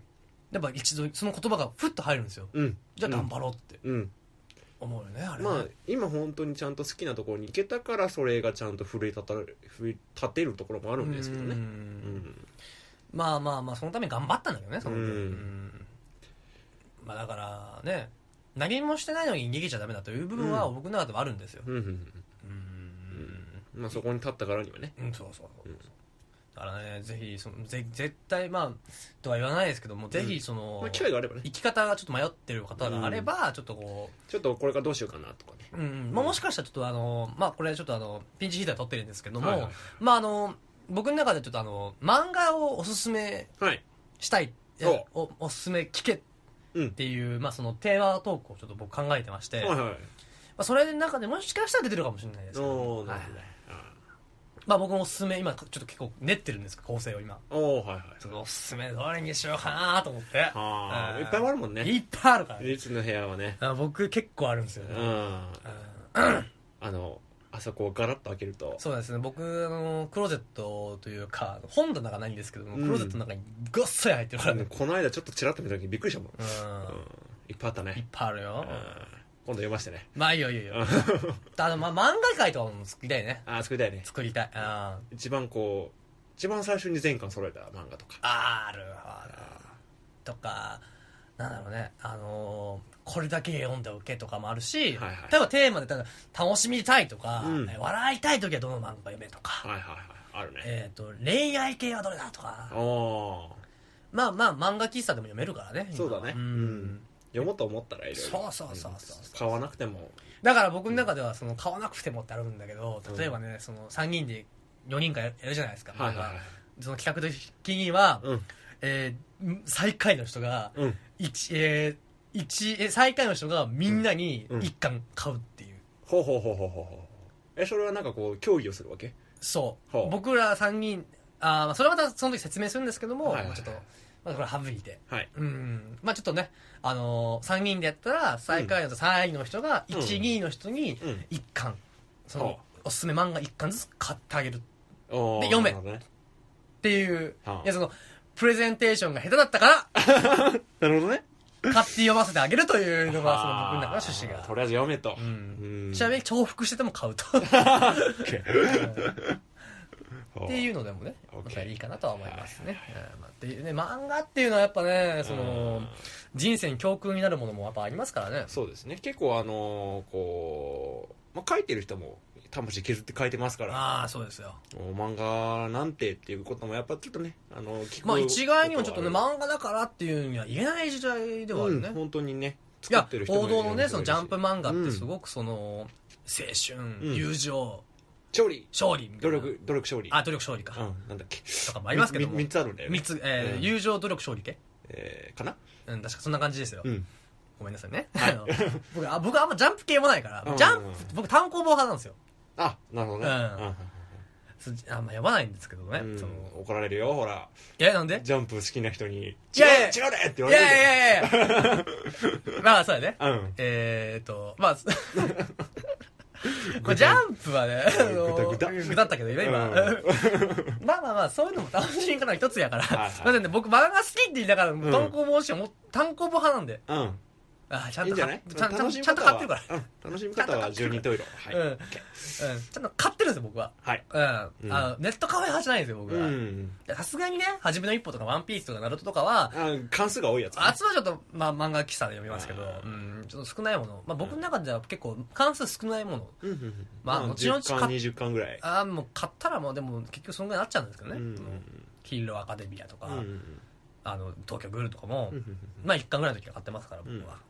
Speaker 1: やっぱ一度その言葉がふっと入るんですよ。
Speaker 2: うん
Speaker 1: じゃあ頑張ろうって
Speaker 2: うん
Speaker 1: 思うよね、あれね。
Speaker 2: まあ今本当にちゃんと好きなところに行けたからそれがちゃんと奮い立たれ奮い立てるところもあ
Speaker 1: う
Speaker 2: るん
Speaker 1: ん
Speaker 2: ですけどねうん
Speaker 1: まあまあまあ、そのために頑張ったんだけどね、その分。
Speaker 2: うん
Speaker 1: うんまあだからね、何もしてないのに逃げちゃダメだという部分は
Speaker 2: うん
Speaker 1: 僕の中ではあるんですよ。
Speaker 2: うんうんう
Speaker 1: うん
Speaker 2: んまあそこに立ったからにはね
Speaker 1: うん、そうそうそうそ
Speaker 2: う
Speaker 1: う、
Speaker 2: ん
Speaker 1: だからねぜひそのぜ絶対まあとは言わないですけどもぜひその、
Speaker 2: まあ機会があればね
Speaker 1: 生き方がちょっと迷ってる方があれば、ちょっとこ
Speaker 2: ちょっとこれからどうしようかなとかね
Speaker 1: う、うんまあ、もしかしたらちょっとあのまあこれちょっとあのピンチヒーター取ってるんですけども、
Speaker 2: はいはい
Speaker 1: まああの僕の中でちょっとあの漫画をおすすめ
Speaker 2: はい
Speaker 1: したいいやおおすすめ聞けっ
Speaker 2: うん
Speaker 1: ていう、まあ、そのテーマトークをちょっと僕考えてまして、
Speaker 2: はい
Speaker 1: ま
Speaker 2: はい
Speaker 1: あ、それの中でもしかしたら出てるかもしれないですけど
Speaker 2: おお
Speaker 1: は
Speaker 2: ないるほどねあ
Speaker 1: まあ僕もおすすめ、今ちょっと結構練ってるんですけど、構成を今。
Speaker 2: おおはいはい
Speaker 1: ちょっとおすすめどれにしようかなと思って。
Speaker 2: あ
Speaker 1: う
Speaker 2: あ
Speaker 1: ん
Speaker 2: いっぱいあるもんね
Speaker 1: いっぱいあるからね。
Speaker 2: 律の部屋はね
Speaker 1: あ僕結構あるんですよ
Speaker 2: う
Speaker 1: ね。
Speaker 2: んあのあそこをガラッと開けると
Speaker 1: そうですね僕あのクローゼットというか本棚がないんですけども、
Speaker 2: うん
Speaker 1: クローゼットの中にごっそり入ってるからね、
Speaker 2: この間ちょっとちらっと見た時びっくりしたもん
Speaker 1: うん
Speaker 2: うんいっぱいあった
Speaker 1: いっ
Speaker 2: ね
Speaker 1: ぱいある
Speaker 2: う
Speaker 1: よ
Speaker 2: ん、今度読ましてね
Speaker 1: まあいい よいいよいいよあの、まあ、漫画界とかも作りたいね
Speaker 2: ああ作りたいね
Speaker 1: 作りたいあ
Speaker 2: 一番こう一番最初に全巻揃えた漫画とか
Speaker 1: あるあるとかなんだろうねあのーこれだけ読んでおけとかもあるし、
Speaker 2: はいはい
Speaker 1: 例えばテーマでただ楽しみたいとか、
Speaker 2: うん
Speaker 1: え笑いたい時はどの漫画読めとか、
Speaker 2: はいはいはいあるね
Speaker 1: えー、と恋愛系はどれだとか
Speaker 2: ああ
Speaker 1: まあまあ漫画喫茶でも読めるからね今
Speaker 2: そう
Speaker 1: は
Speaker 2: だね
Speaker 1: うん
Speaker 2: うん読もうと思ったらいろいろ
Speaker 1: そうそうそうそう
Speaker 2: うん買わなくても
Speaker 1: だから僕の中ではその買わなくてもってあるんだけど例えばね、その3人で4人かやるじゃないですか、
Speaker 2: はいはいはい
Speaker 1: その企画的には、
Speaker 2: うん
Speaker 1: えー最下位の人が
Speaker 2: うん
Speaker 1: 一えー一えー最下位の人がみんなに
Speaker 2: うんうん
Speaker 1: 1巻買うっていう、
Speaker 2: ほうほうほうほうほうほうえそれはなんかこう協議をするわけ
Speaker 1: そう
Speaker 2: ほう
Speaker 1: 僕ら3人あーまあそれはまたその時説明するんですけども、
Speaker 2: はいはいはい
Speaker 1: ちょっと、まあ、これ省いて
Speaker 2: はい
Speaker 1: うんまあちょっとね、あのー、3人でやったら最下位の人3位の人が1、
Speaker 2: うん
Speaker 1: 2位の人に
Speaker 2: うん
Speaker 1: 1巻そ
Speaker 2: は
Speaker 1: のおすすめ漫画1巻ずつ買ってあげる
Speaker 2: おー
Speaker 1: で読め
Speaker 2: なるほどね
Speaker 1: っていう、
Speaker 2: はい
Speaker 1: やそのプレゼンテーションが下手だったから
Speaker 2: なるほどね
Speaker 1: 買って読ませてあげるというのがその僕の中の趣旨
Speaker 2: あー
Speaker 1: が
Speaker 2: とりあえず読めと
Speaker 1: う
Speaker 2: うんん
Speaker 1: ちなみに重複してても買うと っていうのでもね、
Speaker 2: OK
Speaker 1: またいいかなとは思いますね。うんまあっていうね、漫画っていうのはやっぱね、その
Speaker 2: うん、
Speaker 1: 人生に教訓になるものもやっぱありますからね。
Speaker 2: そうですね結構あのーこう、まあ、書いてる人も魂削って書いてますから
Speaker 1: ああ、そうですよ。
Speaker 2: お漫画なんてっていうこともやっぱちょっとねあの聞く
Speaker 1: まあ一概にもちょっとね、
Speaker 2: こ
Speaker 1: 漫画だからっていうには言えない時代で
Speaker 2: と
Speaker 1: はあ
Speaker 2: はあるう
Speaker 1: る
Speaker 2: ん
Speaker 1: ね。い
Speaker 2: 本当にね作
Speaker 1: や
Speaker 2: ってる、人もい
Speaker 1: 王
Speaker 2: る
Speaker 1: 道のね、そのジャンプ漫画ってす
Speaker 2: い
Speaker 1: ごくその、青
Speaker 2: うん
Speaker 1: 春、友情、
Speaker 2: 勝利
Speaker 1: 勝利み
Speaker 2: 努
Speaker 1: たいな。
Speaker 2: 力努力勝利
Speaker 1: あ、努力勝利か。
Speaker 2: うんなんだっけ
Speaker 1: とかもありますけども
Speaker 2: 3。つあるんだよね
Speaker 1: 三つ、えー
Speaker 2: うん
Speaker 1: 友情、努力、勝利系
Speaker 2: えーかな
Speaker 1: うん、確かそんな感じですよ。
Speaker 2: うん
Speaker 1: ごめんなさいね。あの僕、あ僕あんまジャンプ系もないから
Speaker 2: う、ん
Speaker 1: ジャンプ、僕単行本派なんですよ。
Speaker 2: あなるほどね
Speaker 1: うん
Speaker 2: うん
Speaker 1: そあんま読まないんですけどね。
Speaker 2: うん
Speaker 1: その
Speaker 2: 怒られるよほら
Speaker 1: いや、なんで
Speaker 2: ジャンプ好きな人に「
Speaker 1: い
Speaker 2: 違う
Speaker 1: やいや
Speaker 2: 違うね!」って言
Speaker 1: い
Speaker 2: われる
Speaker 1: やい
Speaker 2: い
Speaker 1: やい やいやまあ、そうだね。
Speaker 2: やうん
Speaker 1: えーっと、 まあ、すまあジャンプはね、あの
Speaker 2: ぐだぐだ
Speaker 1: ぐだったけどね、今。
Speaker 2: うん
Speaker 1: まあまあまあ、そういうのも楽しみ方の一つやから。すい
Speaker 2: いはい
Speaker 1: ませんね、僕漫画好きって言いながら、単行本しかも、単行本派なんで。
Speaker 2: うん
Speaker 1: あーちゃ
Speaker 2: い
Speaker 1: ん
Speaker 2: いん
Speaker 1: と
Speaker 2: じゃな
Speaker 1: 買っ
Speaker 2: い
Speaker 1: ちゃんちゃん
Speaker 2: 楽しみ
Speaker 1: ちゃん
Speaker 2: 方
Speaker 1: と買ってる
Speaker 2: は
Speaker 1: から。
Speaker 2: うん楽しみ方は十人十色は
Speaker 1: うん。う
Speaker 2: い
Speaker 1: ん。ちゃんと買ってるんですよ、僕は。
Speaker 2: はい
Speaker 1: うん。あ
Speaker 2: うん
Speaker 1: の、ネットカフェ派じゃないんですよ、僕
Speaker 2: う
Speaker 1: は。
Speaker 2: ん
Speaker 1: さすがにね、初めの一歩とか、ワンピースとか、ナルトとかは、
Speaker 2: あ関数が多いやつね
Speaker 1: あつはちょっと、まあ、漫画喫茶で読みますけど、
Speaker 2: う
Speaker 1: うん、ちょっと少ないもの。まあ、僕の中では結構、関数少ないもの。
Speaker 2: うんうんうん
Speaker 1: まあ後々
Speaker 2: 10巻
Speaker 1: 買っ
Speaker 2: 20巻ぐらい
Speaker 1: ああ、もう買ったら、もうでも、結局そんぐらいになっちゃうんですけど
Speaker 2: う
Speaker 1: ね。
Speaker 2: ん
Speaker 1: そのヒーローアカデミアとか、
Speaker 2: うんうん
Speaker 1: あの、東京グールとかも、
Speaker 2: うん
Speaker 1: まあ、一巻ぐらいの時は買ってますから、僕は。うん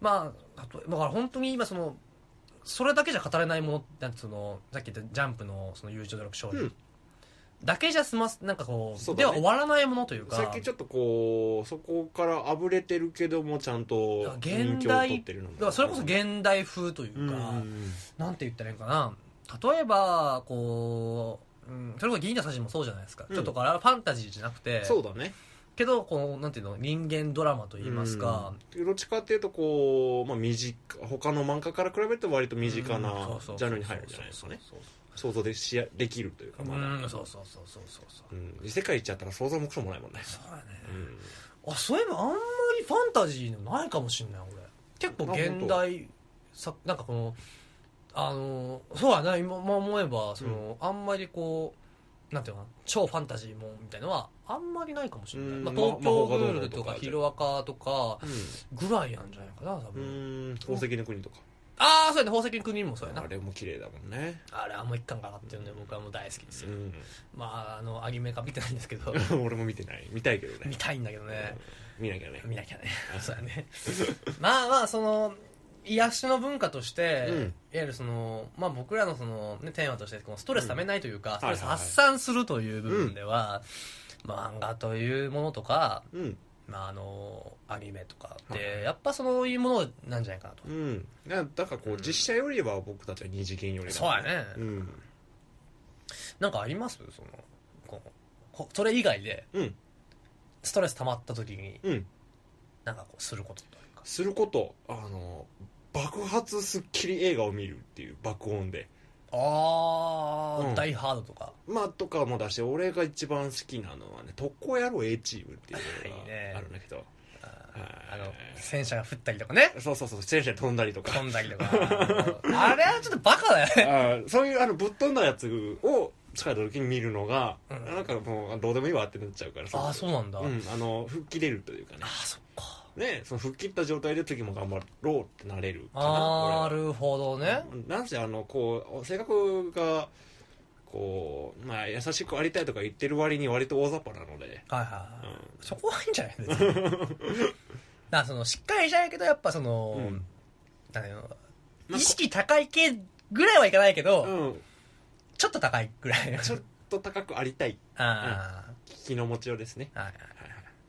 Speaker 1: まあ、あと、だから本当に今、その、それだけじゃ語れないもの、なんてその、さっき言ったジャンプの、その、友情努力勝
Speaker 2: う
Speaker 1: 利。
Speaker 2: ん
Speaker 1: だけじゃ済ます、なんかこう、
Speaker 2: そうだね
Speaker 1: では終わらないものというか。
Speaker 2: さっきちょっとこうそこからあぶれてるけどもちゃんと人
Speaker 1: 現
Speaker 2: 気を取っ
Speaker 1: 代
Speaker 2: てるのも
Speaker 1: だからそれこそ現代風という
Speaker 2: うんうん
Speaker 1: か、
Speaker 2: うん
Speaker 1: なんて言ったらいいのかな例えばこう、うん、それこそ銀河さじもそうじゃないですか、
Speaker 2: うん
Speaker 1: ちょっとこれはファンタジーじゃなくて
Speaker 2: そうだね
Speaker 1: けどこうなんていうの人間ドラマといいますか、
Speaker 2: うんどっちかっていうとこう、まあ、身近他の漫画から比べると割と身近な
Speaker 1: うんそうそう
Speaker 2: ジャンルに入るんじゃないですかね
Speaker 1: そうそう
Speaker 2: 想像でしやできるというか
Speaker 1: そう
Speaker 2: ま
Speaker 1: う
Speaker 2: だ、
Speaker 1: んそうそうそうそうそうそう
Speaker 2: うん異世界行っちゃったら想像もくそもないもんね、
Speaker 1: そうやね
Speaker 2: うん
Speaker 1: あそういえばあんまりファンタジーのないかもしんない俺結構現代さなんかこのあのそうやな今今思えばその、あんまりこうなんていうのかな超ファンタジーもんみたいのはあんまりないかもしれない、
Speaker 2: うん
Speaker 1: まあ、
Speaker 2: ま
Speaker 1: 東京グー
Speaker 2: 魔法が
Speaker 1: ルと
Speaker 2: どうのと
Speaker 1: か
Speaker 2: か
Speaker 1: ヒロアカとかぐらいなんじゃないかな多
Speaker 2: う
Speaker 1: 分、
Speaker 2: ん、うん宝石の国とか
Speaker 1: ああそうやね宝石の国もそうやな
Speaker 2: あれも綺麗だもんね、
Speaker 1: あれあんま一巻かかってるんで僕はもう大好きです
Speaker 2: う
Speaker 1: よ、
Speaker 2: ん、
Speaker 1: まああのアニメ化見てないんですけど
Speaker 2: 俺も見てない見たいけど
Speaker 1: 見
Speaker 2: ね
Speaker 1: たいんだけどね
Speaker 2: 見なきゃね
Speaker 1: 見なきゃねそうだね まあまあその癒しの文化として、
Speaker 2: うん
Speaker 1: いわゆるその、まあ、僕らのその、ね、テーマとしてこのストレスためないというか、ストレス
Speaker 2: はいはいはい
Speaker 1: 発散するという部分では、漫画というものとか、
Speaker 2: うん
Speaker 1: まあ、あのアニメとかっ
Speaker 2: はいは
Speaker 1: てやっぱそういうものなんじゃないかなと、
Speaker 2: うん、だだからこう、
Speaker 1: うん
Speaker 2: 実写よりは僕たちは二次元よりだ
Speaker 1: そうやね、
Speaker 2: うん
Speaker 1: なんかありますそのこうこそれ以外で
Speaker 2: うん
Speaker 1: ストレス溜まった時に
Speaker 2: うん
Speaker 1: なんかこうすることというか
Speaker 2: することあの爆発スッキリ映画を見るっていう爆音で
Speaker 1: ああ、
Speaker 2: うん
Speaker 1: ダイハードとか
Speaker 2: まあとかも出して俺が一番好きなのはね「特攻野郎 A チーム」っていう
Speaker 1: いい
Speaker 2: の
Speaker 1: ね
Speaker 2: があるんだけど
Speaker 1: あー
Speaker 2: は
Speaker 1: あ
Speaker 2: い
Speaker 1: の戦車が降ったりとかね
Speaker 2: そうそうそう戦車飛んだりと
Speaker 1: 飛
Speaker 2: か
Speaker 1: んだりとかあれはちょっとバカだよね
Speaker 2: あーそういうあのぶっ飛んだやつを疲れた時に見るのが、
Speaker 1: うん
Speaker 2: なんかもうどうでもいいわってなっちゃうから
Speaker 1: ああそうなんだ、
Speaker 2: うん、あの吹っ切れるというかね
Speaker 1: ああそっか
Speaker 2: ねその吹っ切った状態で次も頑張ろうってなれるかな
Speaker 1: あーなるほど
Speaker 2: 俺は
Speaker 1: ね
Speaker 2: うんなんせあのこう性格がこうまあ優しくありたいとか言ってる割に割と大雑把なので、
Speaker 1: はいはい、
Speaker 2: う
Speaker 1: はい
Speaker 2: ん
Speaker 1: そこはいいんじゃない別 になあそのしっかりしたいけどやっぱその、
Speaker 2: うん
Speaker 1: なんだろう
Speaker 2: まあ
Speaker 1: 意識高い系ぐらいはいかないけど、
Speaker 2: うん、
Speaker 1: ちょっと高いぐらいの
Speaker 2: ちょっと高くありたい
Speaker 1: あ
Speaker 2: 気の持ちようですね
Speaker 1: あ、はいはい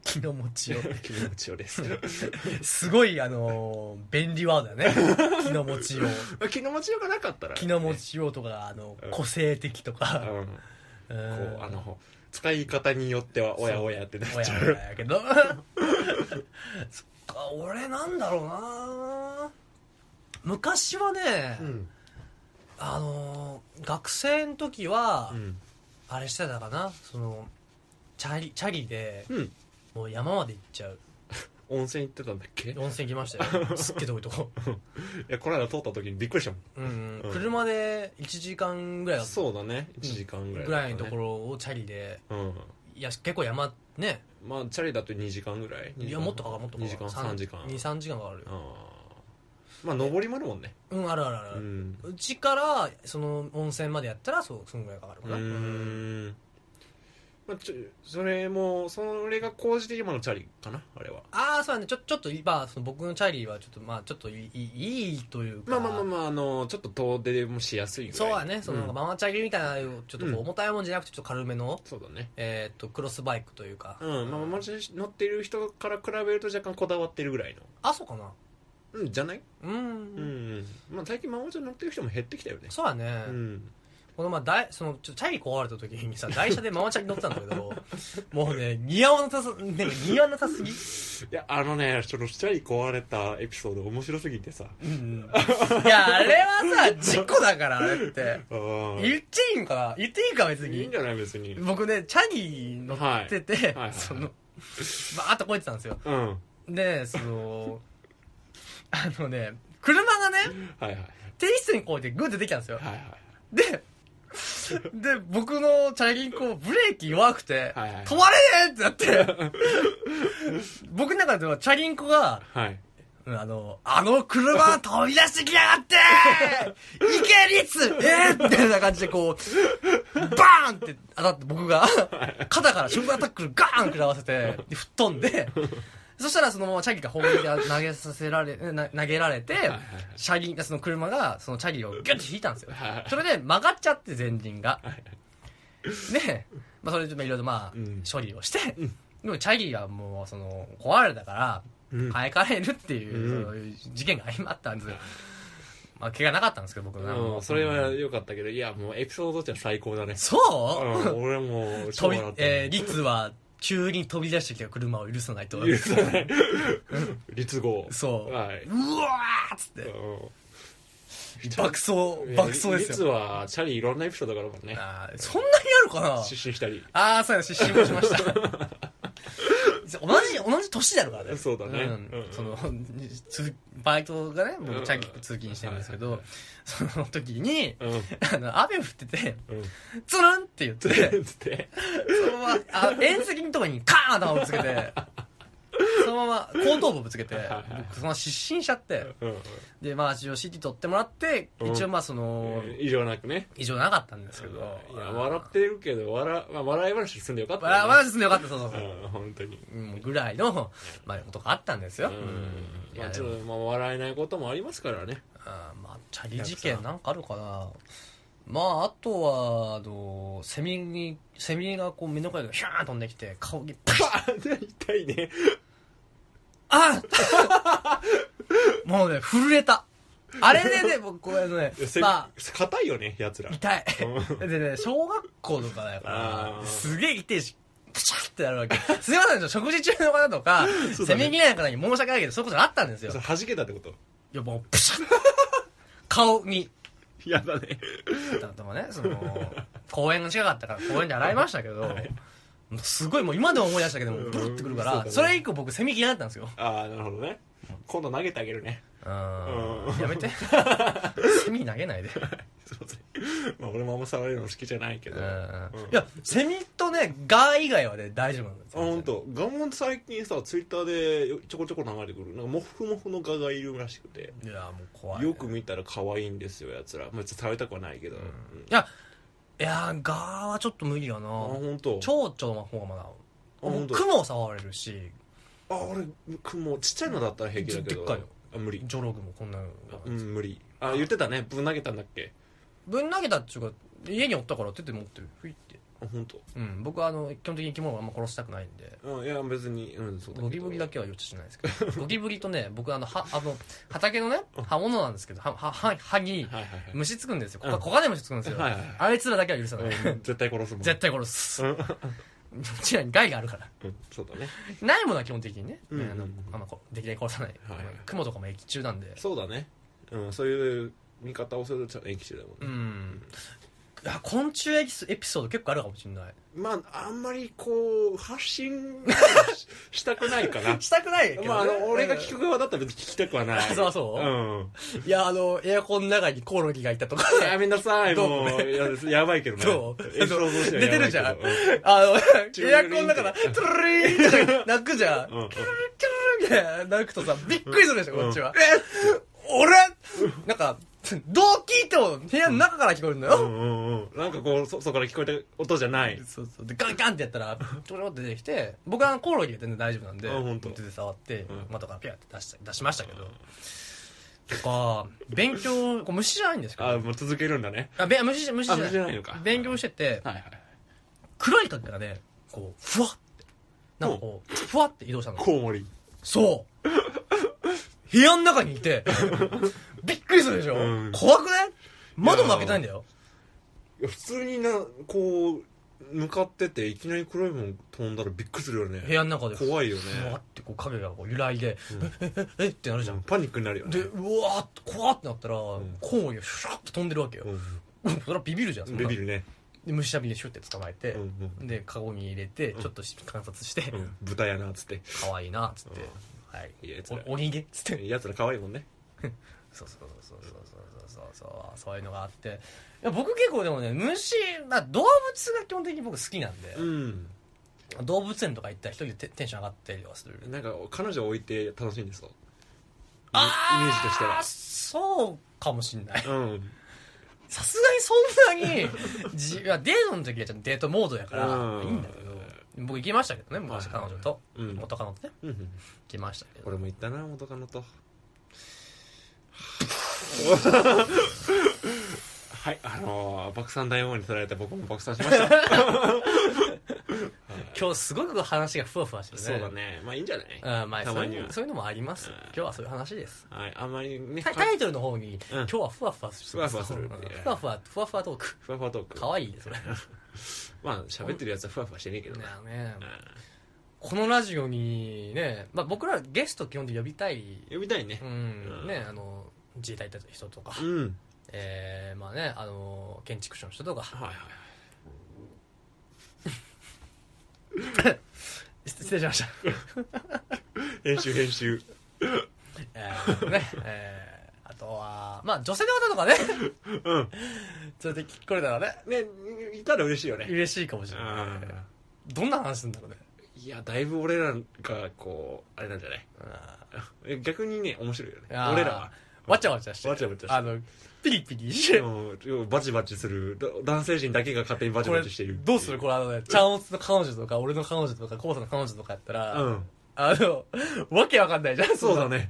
Speaker 1: 気の持ちよ
Speaker 2: 気の持ちようです
Speaker 1: すごいあのー便利ワードだ ね気の持ちよ
Speaker 2: 気の持ちようがなかったら、
Speaker 1: 気の持ちよとかあの
Speaker 2: うん
Speaker 1: 個性的と
Speaker 2: う
Speaker 1: か、
Speaker 2: ん、
Speaker 1: う
Speaker 2: こ
Speaker 1: ん、
Speaker 2: うあの使い方によってはおやおやってなっ
Speaker 1: おや
Speaker 2: ちゃ
Speaker 1: お
Speaker 2: う
Speaker 1: やや けどそっか俺なんだろうな昔はね、
Speaker 2: うん
Speaker 1: あのー学生の時は、
Speaker 2: うん
Speaker 1: あれしてたかなそのチャリチャリで
Speaker 2: うん
Speaker 1: もう山まで行っちゃう
Speaker 2: 温泉行ってたんだっけい
Speaker 1: 温泉行きまし たよすっげえ遠いとこ
Speaker 2: やこの間通った時にびっくりしたもん
Speaker 1: うん、
Speaker 2: うん
Speaker 1: 車で1時間ぐらいだった
Speaker 2: そうだね1時間ぐらい
Speaker 1: ぐらいのとこ
Speaker 2: ろ
Speaker 1: ろをチャリで
Speaker 2: うん
Speaker 1: いや結構山ね
Speaker 2: まあチャリだと2時間ぐらい
Speaker 1: いやもっとかかるもっとか
Speaker 2: 2時間3時間
Speaker 1: 23時間かかるよ
Speaker 2: あーまあ登りもあるもんね
Speaker 1: うんあるあるあ
Speaker 2: う
Speaker 1: る、
Speaker 2: ん
Speaker 1: うちからその温泉までやったらそうそんぐらいかかる
Speaker 2: う
Speaker 1: かな、
Speaker 2: ーんまあちょそれもそれが高じて今のチャリかなあれは
Speaker 1: ああそうだねちょちょっとまあその僕のチャリはちょっとまあちょっといいいいというか
Speaker 2: まあまあまあまああのちょっと遠出もしやすいぐらい
Speaker 1: そうだねその、
Speaker 2: ん
Speaker 1: ママチャリみたいなちょっとこ
Speaker 2: うん
Speaker 1: う重たいもんじゃなくてちょっと軽めの、
Speaker 2: そうだね
Speaker 1: えーっとクロスバイクというか、
Speaker 2: うんまあマジ乗ってる人から比べると若干こだわってるぐらいの
Speaker 1: あそうかな
Speaker 2: うんじゃない
Speaker 1: うん、
Speaker 2: うん、まあ最近ママチャリ乗ってる人も減ってきたよね
Speaker 1: そうだね、
Speaker 2: うん
Speaker 1: このまあ大そのちょチャリ壊れた時にさ台車でママチャリ乗ってたんだけど もうね似合わなさすなんか似合わなさすぎ、
Speaker 2: いやあのねそのチャリ壊れたエピソード面白すぎてさ
Speaker 1: うん、いやあれはさ事故だからあれって
Speaker 2: あー
Speaker 1: 言っていいんかな言っていいか別
Speaker 2: いいん
Speaker 1: に
Speaker 2: じゃない別に
Speaker 1: 僕ねチャリ乗ってて、
Speaker 2: はいはい
Speaker 1: そのバーッとこえてたんですよ
Speaker 2: うんは
Speaker 1: でその あのね車がね
Speaker 2: いはいはい
Speaker 1: 停止室にこうやってグーってできたんですよ
Speaker 2: はい
Speaker 1: で、で、僕のチャリンコ、ブレーキ弱くて、
Speaker 2: はいはい
Speaker 1: 止まれねえってなって、僕の中ではチャリンコ
Speaker 2: は
Speaker 1: が、
Speaker 2: いはい
Speaker 1: うんあの、あの車飛び出してきやがって いけりつえー、みたいな感じでこう、バーンって当たって僕が、肩からショックアタックルガーン食らわせて、で吹っ飛んで、そしたらそのままチャリが砲撃で投げさせられ、な投げられて、チャリ、その車が、そのチャリをギュッて引いたんですよ
Speaker 2: はいはい。
Speaker 1: それで曲がっちゃって前輪が。で、まあそれでまあいろいろまあ
Speaker 2: うん、
Speaker 1: 処理をして、でもチャリはもう、その、壊れたから、
Speaker 2: うん
Speaker 1: 買い替えるっていうう、
Speaker 2: ん
Speaker 1: そういう事件が今あったんですよ。まあ、怪我なかったんですけど、僕
Speaker 2: う
Speaker 1: は。
Speaker 2: ん、それは良かったけどいやもうエピソードってのは最高だね
Speaker 1: そう
Speaker 2: うん俺もう
Speaker 1: 飛
Speaker 2: 超
Speaker 1: び
Speaker 2: 笑っ、た
Speaker 1: えー、リツは、急に飛び出してきた車を許さないと。
Speaker 2: 許さない律語
Speaker 1: そう。うわ
Speaker 2: はい
Speaker 1: ーっつって、
Speaker 2: うん
Speaker 1: 爆走、爆走です
Speaker 2: 実
Speaker 1: よ。
Speaker 2: はチャリいろんなエピソードがあるからね
Speaker 1: あーそんなにあるかな
Speaker 2: 出身したり
Speaker 1: ああ、そうや、失神もしました。 同じ、同じ年だろうからね。
Speaker 2: そうだね
Speaker 1: ん
Speaker 2: うんうん
Speaker 1: その、つバイトがね、僕、チャリ
Speaker 2: うん
Speaker 1: 通勤してるんですけど、
Speaker 2: はいは
Speaker 1: その時に、
Speaker 2: うん
Speaker 1: あの、雨降ってて、
Speaker 2: うん
Speaker 1: つるんって言っ
Speaker 2: つ
Speaker 1: て、
Speaker 2: って
Speaker 1: そのまま、あ縁石のとこにカーン頭ぶつけ て、そのまま後頭部ぶつけて
Speaker 2: いはい、
Speaker 1: 僕そのまま失神しちゃって、
Speaker 2: うん
Speaker 1: で、まあ、一応 CT 取ってもらって、
Speaker 2: うん
Speaker 1: 一応まあ、その、
Speaker 2: 以上なくね
Speaker 1: 異常なかったんですけど、
Speaker 2: いや笑ってるけど笑,、まあ、笑い話すんでよかった、
Speaker 1: 笑わずによかった、そうそうそう。
Speaker 2: うん本当に
Speaker 1: うんぐらいの、まあ、ことがあったんですよ。
Speaker 2: うん
Speaker 1: い
Speaker 2: ま
Speaker 1: や
Speaker 2: あ
Speaker 1: で
Speaker 2: ち
Speaker 1: も
Speaker 2: ょっとまあ笑えないこともありますから ね
Speaker 1: あーまあ、チャリ事件なんかあるかな。まあ、あとは、あの、セミに、セミがこう目の前でヒャーン飛んできて、顔にパッ
Speaker 2: あで痛いね
Speaker 1: あーもうね、震えた。あれで ね、僕、これね
Speaker 2: いや、せ
Speaker 1: ま
Speaker 2: 硬いよねやつら
Speaker 1: あ、痛い。
Speaker 2: うん
Speaker 1: でね、小学校とかだか
Speaker 2: あ
Speaker 1: ら、
Speaker 2: ー
Speaker 1: すげえ痛いし、プチャってなるわけ。すいません、食事中の方とか、
Speaker 2: そう
Speaker 1: セ
Speaker 2: だね
Speaker 1: ミ嫌いな方に申し訳ないけど、そういうことあったんですよ
Speaker 2: それ。弾けたってこと
Speaker 1: いや、もう、プシャッ顔に、
Speaker 2: やだね
Speaker 1: たまたまね、その、公園が近かったから公園で洗いましたけど、もうすごい、もう今でも思い出したけど、もうブルってくるか
Speaker 2: そう
Speaker 1: ら
Speaker 2: だ、ね
Speaker 1: それ以降僕、セミ嫌いだったんですよ。
Speaker 2: ああなるほどね今度投げてあげるね
Speaker 1: う
Speaker 2: うん
Speaker 1: ん。やめ て。セミ投げないで。
Speaker 2: すいません まあ俺もあんま触れるの好きじゃないけ
Speaker 1: う
Speaker 2: ど
Speaker 1: ん。い
Speaker 2: うん
Speaker 1: や、セミとね、ガー以外はね、大丈夫なんです
Speaker 2: あ本当。ガモン最近さツイッターでよちょこちょこ流れてくるなんかモフモフのガがいるらしくて
Speaker 1: いや、もう怖いね。
Speaker 2: よく見たら可愛いんですよやつらまあちょっと食べたくはないけど、うん
Speaker 1: いや、いやー、ガーはちょっと無理だな
Speaker 2: あ本当。
Speaker 1: 蝶々の方がまだ。
Speaker 2: 本当
Speaker 1: 僕も触れるし、
Speaker 2: あ俺雲ちっちゃいのだったら平気だけど
Speaker 1: でっかいよ
Speaker 2: あ無理
Speaker 1: ジョログもこんなの。
Speaker 2: うん無理あ言ってたねぶん投げたんだっけ
Speaker 1: ぶん投げたっていうか、家におったから手で持ってる。ふいって。
Speaker 2: あ本当。
Speaker 1: うん、僕はあの、基本的に生き物はあんま殺したくないんで、
Speaker 2: うんいや別にうんそうだけど
Speaker 1: ゴキブリだけは予知しないですけ ど、ゴキブリとね、僕あの、は、あの、畑のね、刃物なんですけど、は、は、は、歯に
Speaker 2: はいはいはい
Speaker 1: 虫つくんですよ。こ
Speaker 2: う
Speaker 1: こ
Speaker 2: ん
Speaker 1: こがで虫つくんですよ
Speaker 2: はいはいはい。
Speaker 1: あいつらだけは許さない。
Speaker 2: うん絶対殺すもん
Speaker 1: 絶対殺す。
Speaker 2: う
Speaker 1: うんちらに害があるから。
Speaker 2: うんそうだね
Speaker 1: ないものは基本的にね、
Speaker 2: うん
Speaker 1: あのあんまこうできない殺さない、
Speaker 2: はいはい
Speaker 1: 雲とかも液中なんで
Speaker 2: そうだねうんそういう見方をすると延期中だもん
Speaker 1: う
Speaker 2: ね
Speaker 1: んいや昆虫エピソエピソード結構あるかもしれない
Speaker 2: まああんまりこう発信ししたくないかな
Speaker 1: したくないけど、ね
Speaker 2: まああの俺が聞く側だったら別に聞きたくはない
Speaker 1: そうそ
Speaker 2: う
Speaker 1: う
Speaker 2: ん
Speaker 1: いやあのエアコンの中にコオロギがいたとか
Speaker 2: やめなさい
Speaker 1: どう
Speaker 2: もういややばいけどね
Speaker 1: どう
Speaker 2: 炎上としては
Speaker 1: 出てるじゃ
Speaker 2: や
Speaker 1: ん
Speaker 2: ばいけど
Speaker 1: あの
Speaker 2: 中
Speaker 1: エアコンだからトゥルリーンって鳴くじゃ
Speaker 2: う
Speaker 1: ん
Speaker 2: んうんうん
Speaker 1: キュルルみたいな鳴くとさびっくりするでしょ
Speaker 2: うん
Speaker 1: こっちは、え俺なんかどう聞いても部屋の中から聞こえるんだよ、
Speaker 2: うんうんうんなんかこうそそこから聞こえた音じゃない
Speaker 1: そうそうでガンガンってやったらちょろって出てきて僕はあのコオロギが全然大丈夫なんで
Speaker 2: あ本当
Speaker 1: 手で触って
Speaker 2: ん
Speaker 1: 窓からピャって出した出しましたけどとか勉強こう虫じゃないんですけ
Speaker 2: あ
Speaker 1: ど
Speaker 2: もう続けるんだね
Speaker 1: あべ虫じゃ虫じゃな
Speaker 2: あ
Speaker 1: い
Speaker 2: 虫じゃないのか
Speaker 1: 勉強してて
Speaker 2: はいはい
Speaker 1: 黒い影がねこうふわってなんかこうふわって移動したの
Speaker 2: コウモリ
Speaker 1: そう部屋の中にいてびっくりするでしょ
Speaker 2: うん
Speaker 1: 怖くない窓も開けたいんだよ
Speaker 2: いや普通になこう向かってていきなり黒いもん飛んだらびっくりするよね
Speaker 1: 部屋の中で
Speaker 2: 怖いよね
Speaker 1: ふわってこう影がこう揺らいでええええってなるじゃん
Speaker 2: パニックになるよね
Speaker 1: で、うわーっと怖ってなったら、コウモリがシュラッと飛んでるわけよ
Speaker 2: う。ん
Speaker 1: うんそれはビビるじゃん、そんな
Speaker 2: ビビるね、
Speaker 1: で、虫しゃびでシュッて捕まえて
Speaker 2: うん、うん
Speaker 1: で、カゴに入れて、ちょっとし観察して
Speaker 2: う、ん、豚やなっつ って
Speaker 1: 可愛いな、つって。はい
Speaker 2: いやつら。
Speaker 1: お鬼げっつって。
Speaker 2: やつら可愛いもんね
Speaker 1: そうそうそうそうそうそうそうそう。そういうのがあって。いや、僕結構でもね、虫、まあ動物が基本的に僕好きなんで
Speaker 2: う、ん
Speaker 1: 動物園とか行ったら一人でテテンション上がったりはする。
Speaker 2: なんか彼女を置いて楽しいんですよ
Speaker 1: あ
Speaker 2: イメージとして
Speaker 1: あ
Speaker 2: は
Speaker 1: ー、そうかもしんない。
Speaker 2: うん
Speaker 1: さすがにそんなに、じ、いやデートの時はちょっとデートモードやから、
Speaker 2: うん
Speaker 1: いいんだけど、僕行きましたけどね、昔
Speaker 2: はい
Speaker 1: 彼
Speaker 2: はい
Speaker 1: 女と、
Speaker 2: うん
Speaker 1: 元カノとね、
Speaker 2: うんうん
Speaker 1: 行きましたけど。
Speaker 2: 俺も行ったな元カノと はいあのー、爆散大王に取られて僕も爆散しま した
Speaker 1: 今日すごく話がふわふわしてるね。
Speaker 2: そうだ。ねまあいいんじゃない
Speaker 1: ん、まあ、
Speaker 2: た
Speaker 1: そう
Speaker 2: まに
Speaker 1: いう
Speaker 2: は
Speaker 1: そういうのもあります
Speaker 2: うん。
Speaker 1: 今日はそういう話です。
Speaker 2: はいあんまりね
Speaker 1: タイタイトルの方に、今日はふわふわす
Speaker 2: ふ
Speaker 1: る。
Speaker 2: わふわするっていう
Speaker 1: ふわふわ、ふわふわトーク。
Speaker 2: ふわふわトーク
Speaker 1: かわいいです、そ れ。
Speaker 2: まあ喋ってるやつはふわふわしてねえけどね
Speaker 1: だよね。このラジオにね、まあ僕らゲスト基本で呼びたい、
Speaker 2: うん呼びたいね
Speaker 1: うん、
Speaker 2: ん
Speaker 1: ね、あの、自衛隊行った人とか、
Speaker 2: うん
Speaker 1: えー、まあね、あの、建築士の人とか、
Speaker 2: はいはい
Speaker 1: 失礼しました。
Speaker 2: 編集編集
Speaker 1: えー、ね、えー、あとは、まあ女性の方とかね、
Speaker 2: うん
Speaker 1: それで聞こえたらね、
Speaker 2: ねいたら嬉しいよね
Speaker 1: 嬉しいかもし
Speaker 2: う
Speaker 1: れなんい。どんな話するんだろうね。
Speaker 2: いやだいぶ俺らがこうあれなんじゃないえ逆にね面白いよね
Speaker 1: あー
Speaker 2: 俺らは
Speaker 1: わちゃわちゃして。
Speaker 2: わちゃわちゃして
Speaker 1: あの、ピリピリして。
Speaker 2: うんバチバチするだ男性陣だけが勝手にバチ
Speaker 1: こ
Speaker 2: バ
Speaker 1: れ、
Speaker 2: チしている
Speaker 1: どうするこれあのね、チャンオツの彼女とか、俺の彼女とか、コウさんの彼女とかやったら、
Speaker 2: うん
Speaker 1: あの、 わけわかんないじゃん。
Speaker 2: そうだね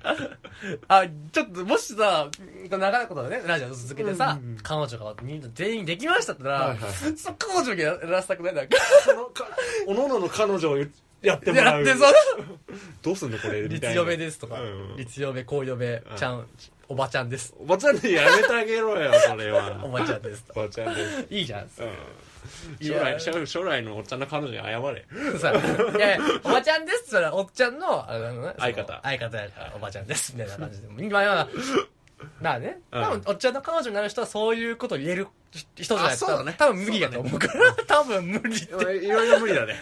Speaker 1: あ、ちょっと、もしさ、長いことね、ラジオ続けてさ、
Speaker 2: うんうん
Speaker 1: 彼女がみんな全員できましたってなら、
Speaker 2: はいはいは
Speaker 1: そ彼女にやらせたくないなんか、
Speaker 2: そのかおのおのの彼女をやってもら
Speaker 1: や
Speaker 2: う
Speaker 1: ってそう。
Speaker 2: どうすんのこれみたい
Speaker 1: 立
Speaker 2: な
Speaker 1: 嫁ですとか
Speaker 2: うん、
Speaker 1: 立嫁、恋嫁、ちゃん、おばちゃんです
Speaker 2: おばちゃんでやめてあげろよそれは
Speaker 1: おばちゃんです
Speaker 2: おばちゃんです
Speaker 1: いいじゃん
Speaker 2: うん
Speaker 1: い
Speaker 2: 将
Speaker 1: や
Speaker 2: 来将将来のおっちゃんの彼女に謝れ
Speaker 1: さいやいやおばちゃんですって言ったらおっちゃんのあのねその
Speaker 2: 相方
Speaker 1: 相方やからおばちゃんですみたいな感じで今はまあね、
Speaker 2: うん
Speaker 1: 多分おっちゃんの彼女になる人はそういうこと言える人じゃないです
Speaker 2: あそ
Speaker 1: か、
Speaker 2: うだね
Speaker 1: 多分無理やと思うから多分無理って
Speaker 2: いろいろ無理だね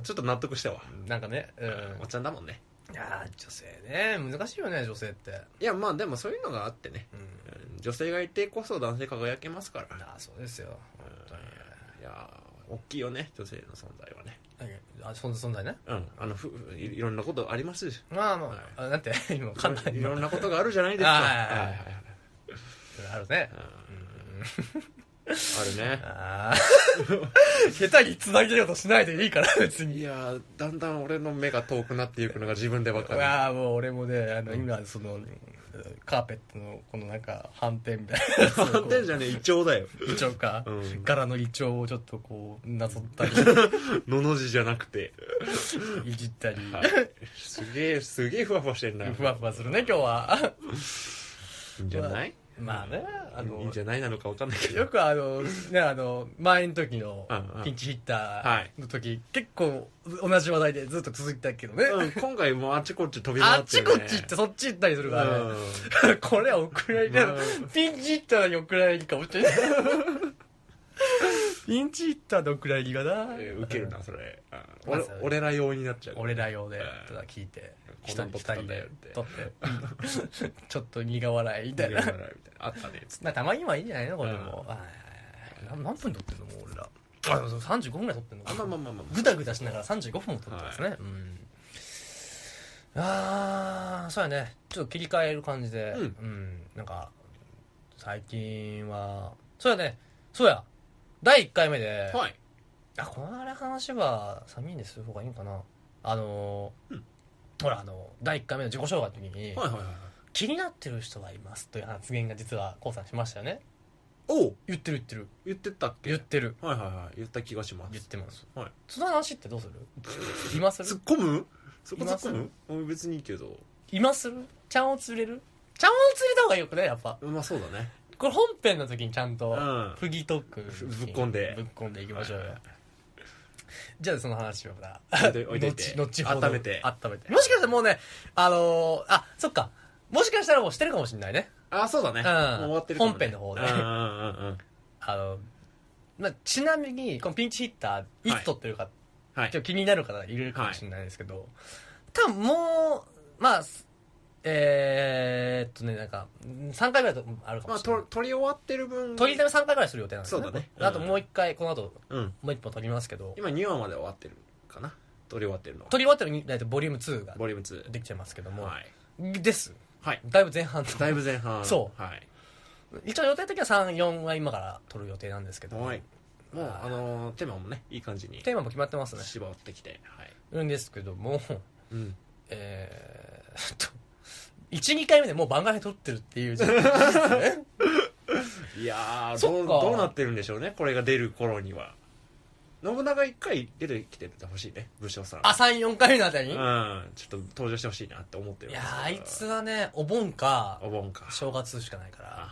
Speaker 1: う
Speaker 2: ちょっと納得したわ
Speaker 1: んなんかねうん
Speaker 2: おっちゃんだもんね
Speaker 1: いやー女性ね難しいよね女性って
Speaker 2: いやまあでもそういうのがあってね
Speaker 1: うん
Speaker 2: うん女性がいてこそ男性輝けますから
Speaker 1: あそうですよ本当に
Speaker 2: いやー大きいよね女性の存在はね
Speaker 1: あそんな存在ね
Speaker 2: うんあのふふいいろんなことありますし
Speaker 1: まあまあ、
Speaker 2: はい
Speaker 1: あなんて今
Speaker 2: いろ
Speaker 1: 簡単に
Speaker 2: いろんなことがあるじゃないですか
Speaker 1: はい
Speaker 2: はいはいはい
Speaker 1: あるね
Speaker 2: あるね
Speaker 1: ああ 下手に繋げようとしないでいいから別
Speaker 2: い
Speaker 1: に
Speaker 2: やーだんだん俺の目が遠くなっていくのが自分でわかる
Speaker 1: ああもう俺もねあの今その、カーペットのこのなんか斑点みたい なやつをこう
Speaker 2: 反転じゃねえイチョウだよ
Speaker 1: イチョウか、
Speaker 2: うん
Speaker 1: 柄のイチョウをちょっとこうなぞったり
Speaker 2: のの字じゃなくて
Speaker 1: いじったり
Speaker 2: すげえすげえふわふわしてんな
Speaker 1: ふわふわするね今日は
Speaker 2: いいんじゃない
Speaker 1: まあねあの
Speaker 2: いいんじゃないなのかわかんないけど
Speaker 1: よくあの、ね、あの、前の時の
Speaker 2: うんうん
Speaker 1: ピンチヒッターの時、結構同じ話題でずっと続いたけどね。
Speaker 2: うん、今回もあちこち飛び
Speaker 1: あ
Speaker 2: 回っ、
Speaker 1: って
Speaker 2: ね
Speaker 1: ち、こっち行ってそっち行ったりするからね。 これはお蔵入りだ、
Speaker 2: う
Speaker 1: ピンチヒッターにお蔵入りかもしれない。 ピンチヒッターのお蔵入りがな。
Speaker 2: うんウケるなそれ、うん
Speaker 1: まあ
Speaker 2: 俺
Speaker 1: そう
Speaker 2: 俺ら用になっちゃう
Speaker 1: 俺ら用で
Speaker 2: うん、
Speaker 1: ただ聞いて、一
Speaker 2: こんなん撮
Speaker 1: 人二
Speaker 2: った
Speaker 1: 人
Speaker 2: んだよ
Speaker 1: で
Speaker 2: って
Speaker 1: 撮って、 ちょっと苦笑いみたい
Speaker 2: いやいや
Speaker 1: な。
Speaker 2: いやみたいなあった ねつって
Speaker 1: まあ、たまにはいいんじゃないのこれ
Speaker 2: うん
Speaker 1: も。はいはいはいな何分撮ってんのもう俺ら。あ、でも35分ぐらい撮ってんのか
Speaker 2: あまあまあまあまあ、
Speaker 1: ぐだぐだしながら35分も撮ってますね、うんああそうやねちょっと切り替える感じで
Speaker 2: うん
Speaker 1: なんか最近はそうやねそうや第1回目で、
Speaker 2: はい
Speaker 1: あこのあれ話は3人でする方がいいのかなあのー
Speaker 2: うん
Speaker 1: ほらあの第1回目の自己紹介の時に、
Speaker 2: はいはいはい
Speaker 1: 気になってる人はいますという発言が実は k o さんしましたよね
Speaker 2: おう
Speaker 1: 言ってる言ってる
Speaker 2: 言ってたっけ
Speaker 1: 言ってる
Speaker 2: はいはいはい言った気がします
Speaker 1: 言ってます、
Speaker 2: はい、
Speaker 1: その話ってど うする今する
Speaker 2: 突っ込むそこ
Speaker 1: 今
Speaker 2: 突っ込むうん別にいいけど
Speaker 1: 今するちゃんを釣れるちゃんを釣れた方がよくねやっぱ
Speaker 2: まあそうだね
Speaker 1: これ本編の時にちゃん
Speaker 2: う
Speaker 1: と
Speaker 2: ん
Speaker 1: フギトークの時に
Speaker 2: ぶっこんで
Speaker 1: ぶっこんでいきましょうよじゃあその話をま
Speaker 2: 置
Speaker 1: た
Speaker 2: いとい置いといて
Speaker 1: 後 後ほど
Speaker 2: 温めて
Speaker 1: 温めてもしかしたらもうねあのーあそっかもしかしたらもうしてるかもしれないね
Speaker 2: あそうだね、
Speaker 1: うん
Speaker 2: もう終わってるかもね
Speaker 1: 本編の方で
Speaker 2: うんうんうんうん
Speaker 1: あのまあ、ちなみにこのピンチヒッターいつ撮ってるか、
Speaker 2: はい
Speaker 1: ちょっと気になる方がいるかもしれないですけど、多分もうまあすえー、っとねなんかん3回ぐらいとあるか
Speaker 2: ま
Speaker 1: も
Speaker 2: あ
Speaker 1: しれない、
Speaker 2: と取り終わってる分
Speaker 1: 撮りため3回ぐらいする予定なんです
Speaker 2: そうだね
Speaker 1: あともう1回この後
Speaker 2: うん
Speaker 1: もう1本撮りますけど
Speaker 2: 今2話まで終わってるかな撮り終わってるのは
Speaker 1: 撮り終わったら大体ボリューム2が
Speaker 2: ボリューム2
Speaker 1: できちゃいますけども、
Speaker 2: はい、
Speaker 1: です
Speaker 2: はい、
Speaker 1: だいぶ前半の
Speaker 2: だいぶ前半
Speaker 1: そう
Speaker 2: はい、
Speaker 1: 一応予定的には34は今から撮る予定なんですけど、
Speaker 2: はい、もうあのーテーマもねいい感じに
Speaker 1: テーマも決まってますね
Speaker 2: 縛ってきてはい、
Speaker 1: うんですけども
Speaker 2: うん、
Speaker 1: えーっと、12回目でもう番外編撮ってるっていう、
Speaker 2: いやー
Speaker 1: そっ
Speaker 2: どう
Speaker 1: か
Speaker 2: どうなってるんでしょうねこれが出る頃には信長1回出てきててほしいね武将さん
Speaker 1: あ、3、4回目のあたり
Speaker 2: うん
Speaker 1: に、
Speaker 2: ちょっと登場してほしいなって思ってる
Speaker 1: いやーあいつはね、お盆か、
Speaker 2: お盆か
Speaker 1: 正月しかないか
Speaker 2: あ
Speaker 1: ら。
Speaker 2: は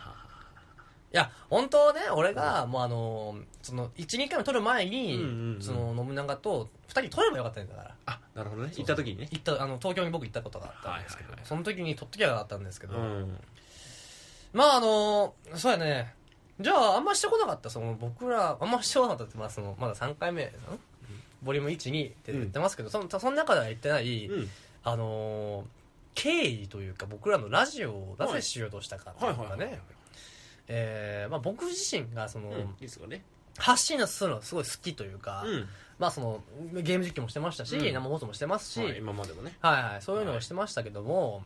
Speaker 2: い
Speaker 1: や、本当はね、俺が、もうあのー、その、1、2回目撮る前に、
Speaker 2: うんうんうん
Speaker 1: その、信長と2人撮ればよかったんだから。
Speaker 2: あなるほどね
Speaker 1: そ
Speaker 2: 行
Speaker 1: う
Speaker 2: った時にね
Speaker 1: 行った、あの、東京に僕行ったことがあったんですけど、
Speaker 2: はいはいはい
Speaker 1: その時に撮っときゃよかったんですけ
Speaker 2: う
Speaker 1: ど、
Speaker 2: ん
Speaker 1: まああのーそうやね。じゃあ、あんましてこなかった、その、僕ら、あんましてこなかったって、まあ、その、まだ3回目、んボリューム1、2って言ってますけど、その、その中では言ってない、
Speaker 2: うん
Speaker 1: あのー経緯というか、僕らのラジオをな
Speaker 2: は
Speaker 1: ぜ
Speaker 2: い
Speaker 1: しようとしたかってい
Speaker 2: は
Speaker 1: う
Speaker 2: い
Speaker 1: の
Speaker 2: は
Speaker 1: が
Speaker 2: いはい
Speaker 1: ね、えーまあ僕自身が、その、
Speaker 2: うんいいですかね
Speaker 1: 発信するのがすごい好きというか、
Speaker 2: うん
Speaker 1: まあその、ゲーム実況もしてましたし、
Speaker 2: うん
Speaker 1: 生放送もしてますし、
Speaker 2: はい今までもね
Speaker 1: はいはい、そういうのをしてましたけども、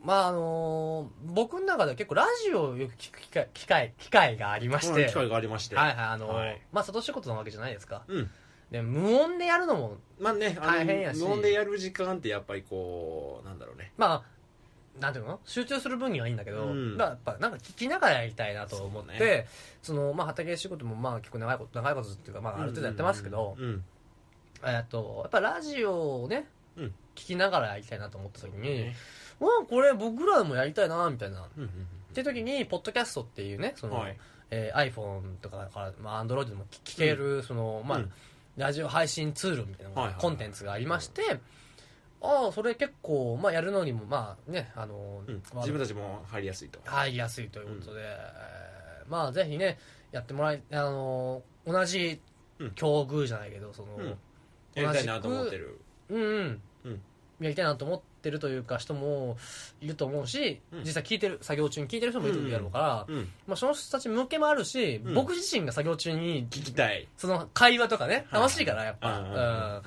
Speaker 1: まああのー僕の中では結構ラジオをよく聞く機会、機会、機会がありまし
Speaker 2: う
Speaker 1: て、
Speaker 2: ん機会がありまして
Speaker 1: はいはい、あのー
Speaker 2: はい
Speaker 1: まあ外仕事なわけじゃないですか。
Speaker 2: うん
Speaker 1: で、無音でやるのも、
Speaker 2: まあね、あ
Speaker 1: 大変や
Speaker 2: の、
Speaker 1: し
Speaker 2: 無音でやる時間ってやっぱりこう、なんだろうね。
Speaker 1: まあ、なんていうの集中する分にはいいんだけど、
Speaker 2: うん
Speaker 1: まあやっぱなんか聞きながらやりたいなと思っ
Speaker 2: そう
Speaker 1: て
Speaker 2: ね、
Speaker 1: そ,、の、まあ畑仕事もまあ結構長いこと、長いことっていうか、まあある程度やってますけど、
Speaker 2: うん。
Speaker 1: えっと、やっぱラジオをね、
Speaker 2: うん
Speaker 1: 聞きながらやりたいなと思った時に、
Speaker 2: ね
Speaker 1: うわこれ僕らもやりたいなみたいなっ
Speaker 2: うんうん
Speaker 1: て時にポッドキャストっていうねそ
Speaker 2: うん
Speaker 1: の、
Speaker 2: はい
Speaker 1: えー iPhone とかから、まあ、Android でも聞ける、そのまあ、
Speaker 2: うん
Speaker 1: ラジオ配信ツールみたいなのが
Speaker 2: はいはいはい
Speaker 1: コンテンツがありまして、ああそれ結構、まあ、やるのにもまあねあの、
Speaker 2: うん
Speaker 1: まあ
Speaker 2: 自分たちも入りやすいと
Speaker 1: 入りやすいということで、えーまあぜひねやってもらいあの同じ
Speaker 2: うん
Speaker 1: 境遇じゃないけどその、
Speaker 2: うんやりたいなと思ってる
Speaker 1: うんうん、
Speaker 2: うん
Speaker 1: やりたいなと思ってるというか人もいると思うし、
Speaker 2: うん
Speaker 1: 実際聞いてる作業中に聞いてる人もいるやろうから、
Speaker 2: うん
Speaker 1: まあ、その人たち向けもあるし、
Speaker 2: うん
Speaker 1: 僕自身が作業中に
Speaker 2: 聞きたい
Speaker 1: その会話とかね
Speaker 2: はい
Speaker 1: 楽しいからやっぱ、
Speaker 2: うんうんうん
Speaker 1: うん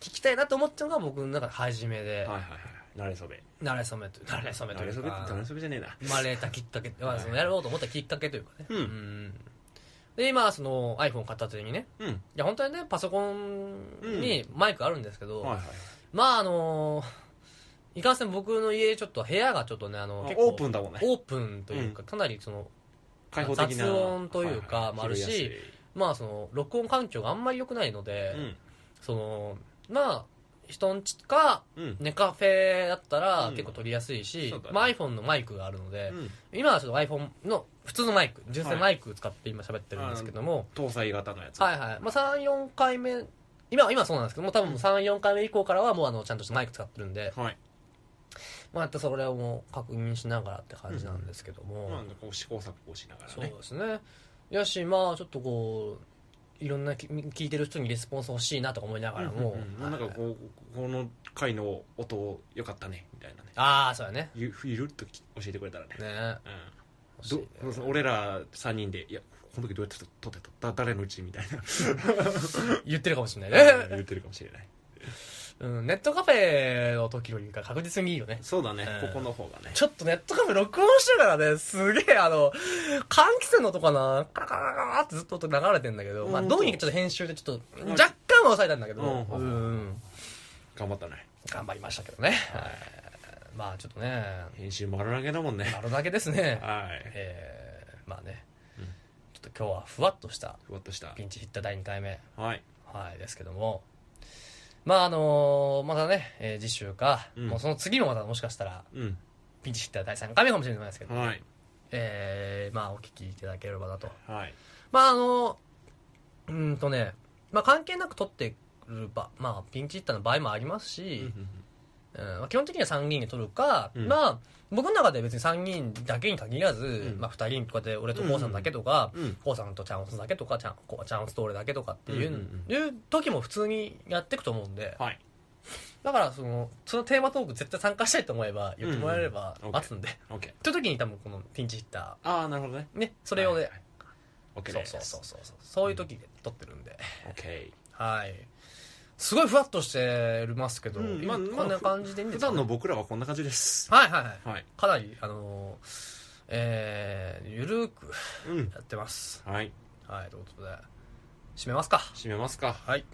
Speaker 1: 聞きたいなと思ってるのが僕の中で初めで、
Speaker 2: はいはいはい慣れ初め
Speaker 1: 慣れ初めと慣れ初めと
Speaker 2: 慣
Speaker 1: い
Speaker 2: れ
Speaker 1: う
Speaker 2: 初めって
Speaker 1: か
Speaker 2: 慣れ初めじゃねえな
Speaker 1: 生まれたきっかけ、まあ、その
Speaker 2: はい
Speaker 1: やろうと思ったきっかけというかね、
Speaker 2: うん
Speaker 1: んで今その iPhone 片手にね
Speaker 2: うん
Speaker 1: いや本当にねパソコンにマイクあるんですけど、
Speaker 2: はいはい
Speaker 1: まああのいかんせん僕の家ちょっと部屋がちょっとねあの
Speaker 2: あ
Speaker 1: 結構
Speaker 2: オープンだもんね
Speaker 1: オープンというか、かなりその
Speaker 2: 開放的な
Speaker 1: 雑音というか
Speaker 2: はは
Speaker 1: もあるし
Speaker 2: 拾いや、
Speaker 1: まあその録音環境があんまり良くないのです
Speaker 2: い
Speaker 1: そのまあ人んちか
Speaker 2: うんうん
Speaker 1: ネカフェだったら
Speaker 2: うん
Speaker 1: 結構撮りやすいし、
Speaker 2: そうだね
Speaker 1: まあ、iPhone のマイクがあるので、
Speaker 2: うん
Speaker 1: 今はちょっと iPhone の普通のマイク純正マイク使って今喋ってるんですけども、
Speaker 2: 搭載型のやつ
Speaker 1: はい、はいまあ、34回目今は今はそうなんですけども多分34回目以降からはもうあのちゃんとしたマイク使ってるんで、
Speaker 2: はい
Speaker 1: まあ、やっぱそれをもう確認しながらって感じなんですけども、
Speaker 2: まあこう試行錯誤しなが
Speaker 1: そう
Speaker 2: らね
Speaker 1: ですねよしまあちょっとこういろんなき聞いてる人にレスポンス欲しいなとか思いながらも、
Speaker 2: うんうんうんなんかこうこの回の音良かったねみたいなね
Speaker 1: ああそうやね
Speaker 2: ゆゆるっとき教えてくれたらね
Speaker 1: ね
Speaker 2: うん
Speaker 1: 欲しい
Speaker 2: ど
Speaker 1: ね
Speaker 2: そう俺ら3人で「いやこの時どうやって撮ってただ誰のうち?」みたいな
Speaker 1: 言ってるかもしれないね、
Speaker 2: 言ってるかもしれない
Speaker 1: うん、ネットカフェの時よりか確実にいいよね
Speaker 2: そうだね、
Speaker 1: うん
Speaker 2: ここの方がね
Speaker 1: ちょっとネットカフェ録音してるからねすげえあの換気扇のとかなカラカラカラってずっと音流れてんだけど、まあ、
Speaker 2: うん
Speaker 1: どうにかちょっと編集でちょっと
Speaker 2: ん
Speaker 1: 若干は抑えたんだけど、
Speaker 2: う
Speaker 1: うんん、
Speaker 2: 頑張ったね
Speaker 1: 頑張りましたけどね、はいまあちょっとね
Speaker 2: 編集丸投げだもんね
Speaker 1: 丸投げですね
Speaker 2: はい
Speaker 1: えーまあね、
Speaker 2: うん
Speaker 1: ちょっと今日はふわっとした
Speaker 2: ふわっとした
Speaker 1: ピンチヒッター第2回目、
Speaker 2: はい
Speaker 1: はい、ですけども、まああのーまたね、えー次週か、
Speaker 2: うん
Speaker 1: もうその次もまたもしかしたら、
Speaker 2: うん
Speaker 1: ピンチヒッター第3回目かもしれないですけど、
Speaker 2: はい
Speaker 1: えーまあお聞きいただければなと。
Speaker 2: はい
Speaker 1: まああのーうーんとね、まあ関係なく取ってるば、まあピンチヒッターの場合もあります
Speaker 2: うんう
Speaker 1: し、
Speaker 2: ん
Speaker 1: うんまあ基本的には3人で取るか、
Speaker 2: うん
Speaker 1: まあ僕の中で別に3人だけに限らず、
Speaker 2: ん
Speaker 1: まあ2人とかで俺とコウさんだけとか、
Speaker 2: うん
Speaker 1: コウさんとチャンスだけとかチャンコウチャンスと俺だけとかっていう,、
Speaker 2: うんうん
Speaker 1: いう時も普通にやっていくと思うんで
Speaker 2: はい
Speaker 1: だからそのそのテーマトーク絶対参加したいと思えば言ってもらえれば
Speaker 2: うんうん
Speaker 1: 待つんで、
Speaker 2: OK
Speaker 1: という時に多分このピンチヒッタ
Speaker 2: ああなるほどね
Speaker 1: ーねそれをね、
Speaker 2: はいはい OK
Speaker 1: そう
Speaker 2: で
Speaker 1: そう
Speaker 2: す
Speaker 1: そうそうそうそういう時で撮ってるんで、
Speaker 2: OK
Speaker 1: はいすごいふわっとしてますけど、
Speaker 2: うん
Speaker 1: 今
Speaker 2: まあ
Speaker 1: こんな感じでいいんで
Speaker 2: 普
Speaker 1: すか
Speaker 2: 段
Speaker 1: ね、
Speaker 2: の僕らはこんな感じです
Speaker 1: はいはいはい
Speaker 2: はい
Speaker 1: かなりあのーえー、ゆるーく
Speaker 2: うん
Speaker 1: やってます
Speaker 2: はい
Speaker 1: はいということで締めますか
Speaker 2: 締めますか
Speaker 1: はいい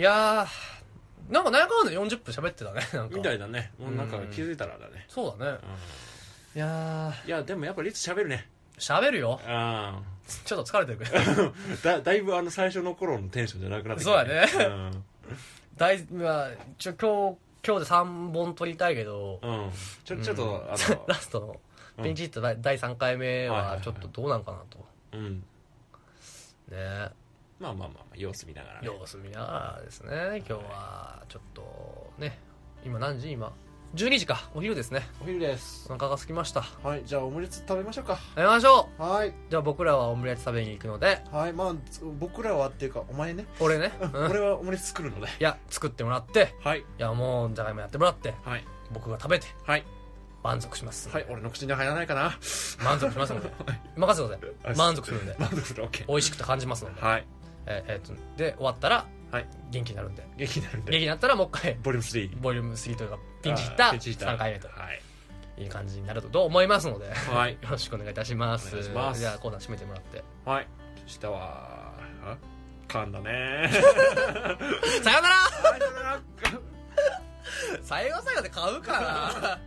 Speaker 1: やーなんか何やかんだ40分喋ってたねなんか
Speaker 2: みたいだねもうなんか
Speaker 1: うん
Speaker 2: 気づいたらだね
Speaker 1: そうだね
Speaker 2: うん
Speaker 1: いや
Speaker 2: いやでもやっぱりいつ喋るね
Speaker 1: ー喋るよ
Speaker 2: うん
Speaker 1: ちょっと疲れてるけど
Speaker 2: だ だいぶあの最初の頃のテンションじゃなくなってきた
Speaker 1: そうや大まあちょ今日今日で3本撮りたいけど
Speaker 2: うんうんちょちょっと、あ
Speaker 1: ラストのピンチヒット第第3回目
Speaker 2: はいはい
Speaker 1: は
Speaker 2: はい
Speaker 1: ちょっとどうなんかなと
Speaker 2: の うん
Speaker 1: ね
Speaker 2: まあまあまあまあ様子見ながらね
Speaker 1: 様子見ながらですね今日はちょっとね今何時今12時かお昼ですね
Speaker 2: お昼です
Speaker 1: お腹が空きました食
Speaker 2: はいじゃあオムレツ食べましょうか
Speaker 1: べましょ
Speaker 2: はい
Speaker 1: じゃあ僕らはオムレツ食べに行くので
Speaker 2: はいまあつ僕らはっていうかお前ね
Speaker 1: 俺ね、うん、い
Speaker 2: 俺はオムレツ作るので
Speaker 1: や作ってもらって
Speaker 2: はい
Speaker 1: いやもうじゃがいもやってもらって
Speaker 2: はい
Speaker 1: 僕が食べて
Speaker 2: はい
Speaker 1: 満足します
Speaker 2: はい俺の口には入らないかな
Speaker 1: 満足しま すので任せてください 満足するんで
Speaker 2: 満足する OK
Speaker 1: 美味しくて感じますので、
Speaker 2: はい
Speaker 1: えーえーとで終わったら
Speaker 2: はい
Speaker 1: 元気になるんで
Speaker 2: 元気になるん
Speaker 1: 元気
Speaker 2: で
Speaker 1: になったらもう一回
Speaker 2: ボリューム3
Speaker 1: ボリューム3というかピンチヒッ
Speaker 2: あ
Speaker 1: タ
Speaker 2: ーピンチヒ
Speaker 1: ー
Speaker 2: ッタ
Speaker 1: 3回目と
Speaker 2: はい
Speaker 1: いい感じになると思いますのでよ
Speaker 2: はい
Speaker 1: ろしくお願いいたします
Speaker 2: お願いします
Speaker 1: じゃあコーナー閉めてもらって
Speaker 2: はい下はあ噛んだ ね
Speaker 1: さよなら
Speaker 2: はいさよなら
Speaker 1: 最後最後で買うかな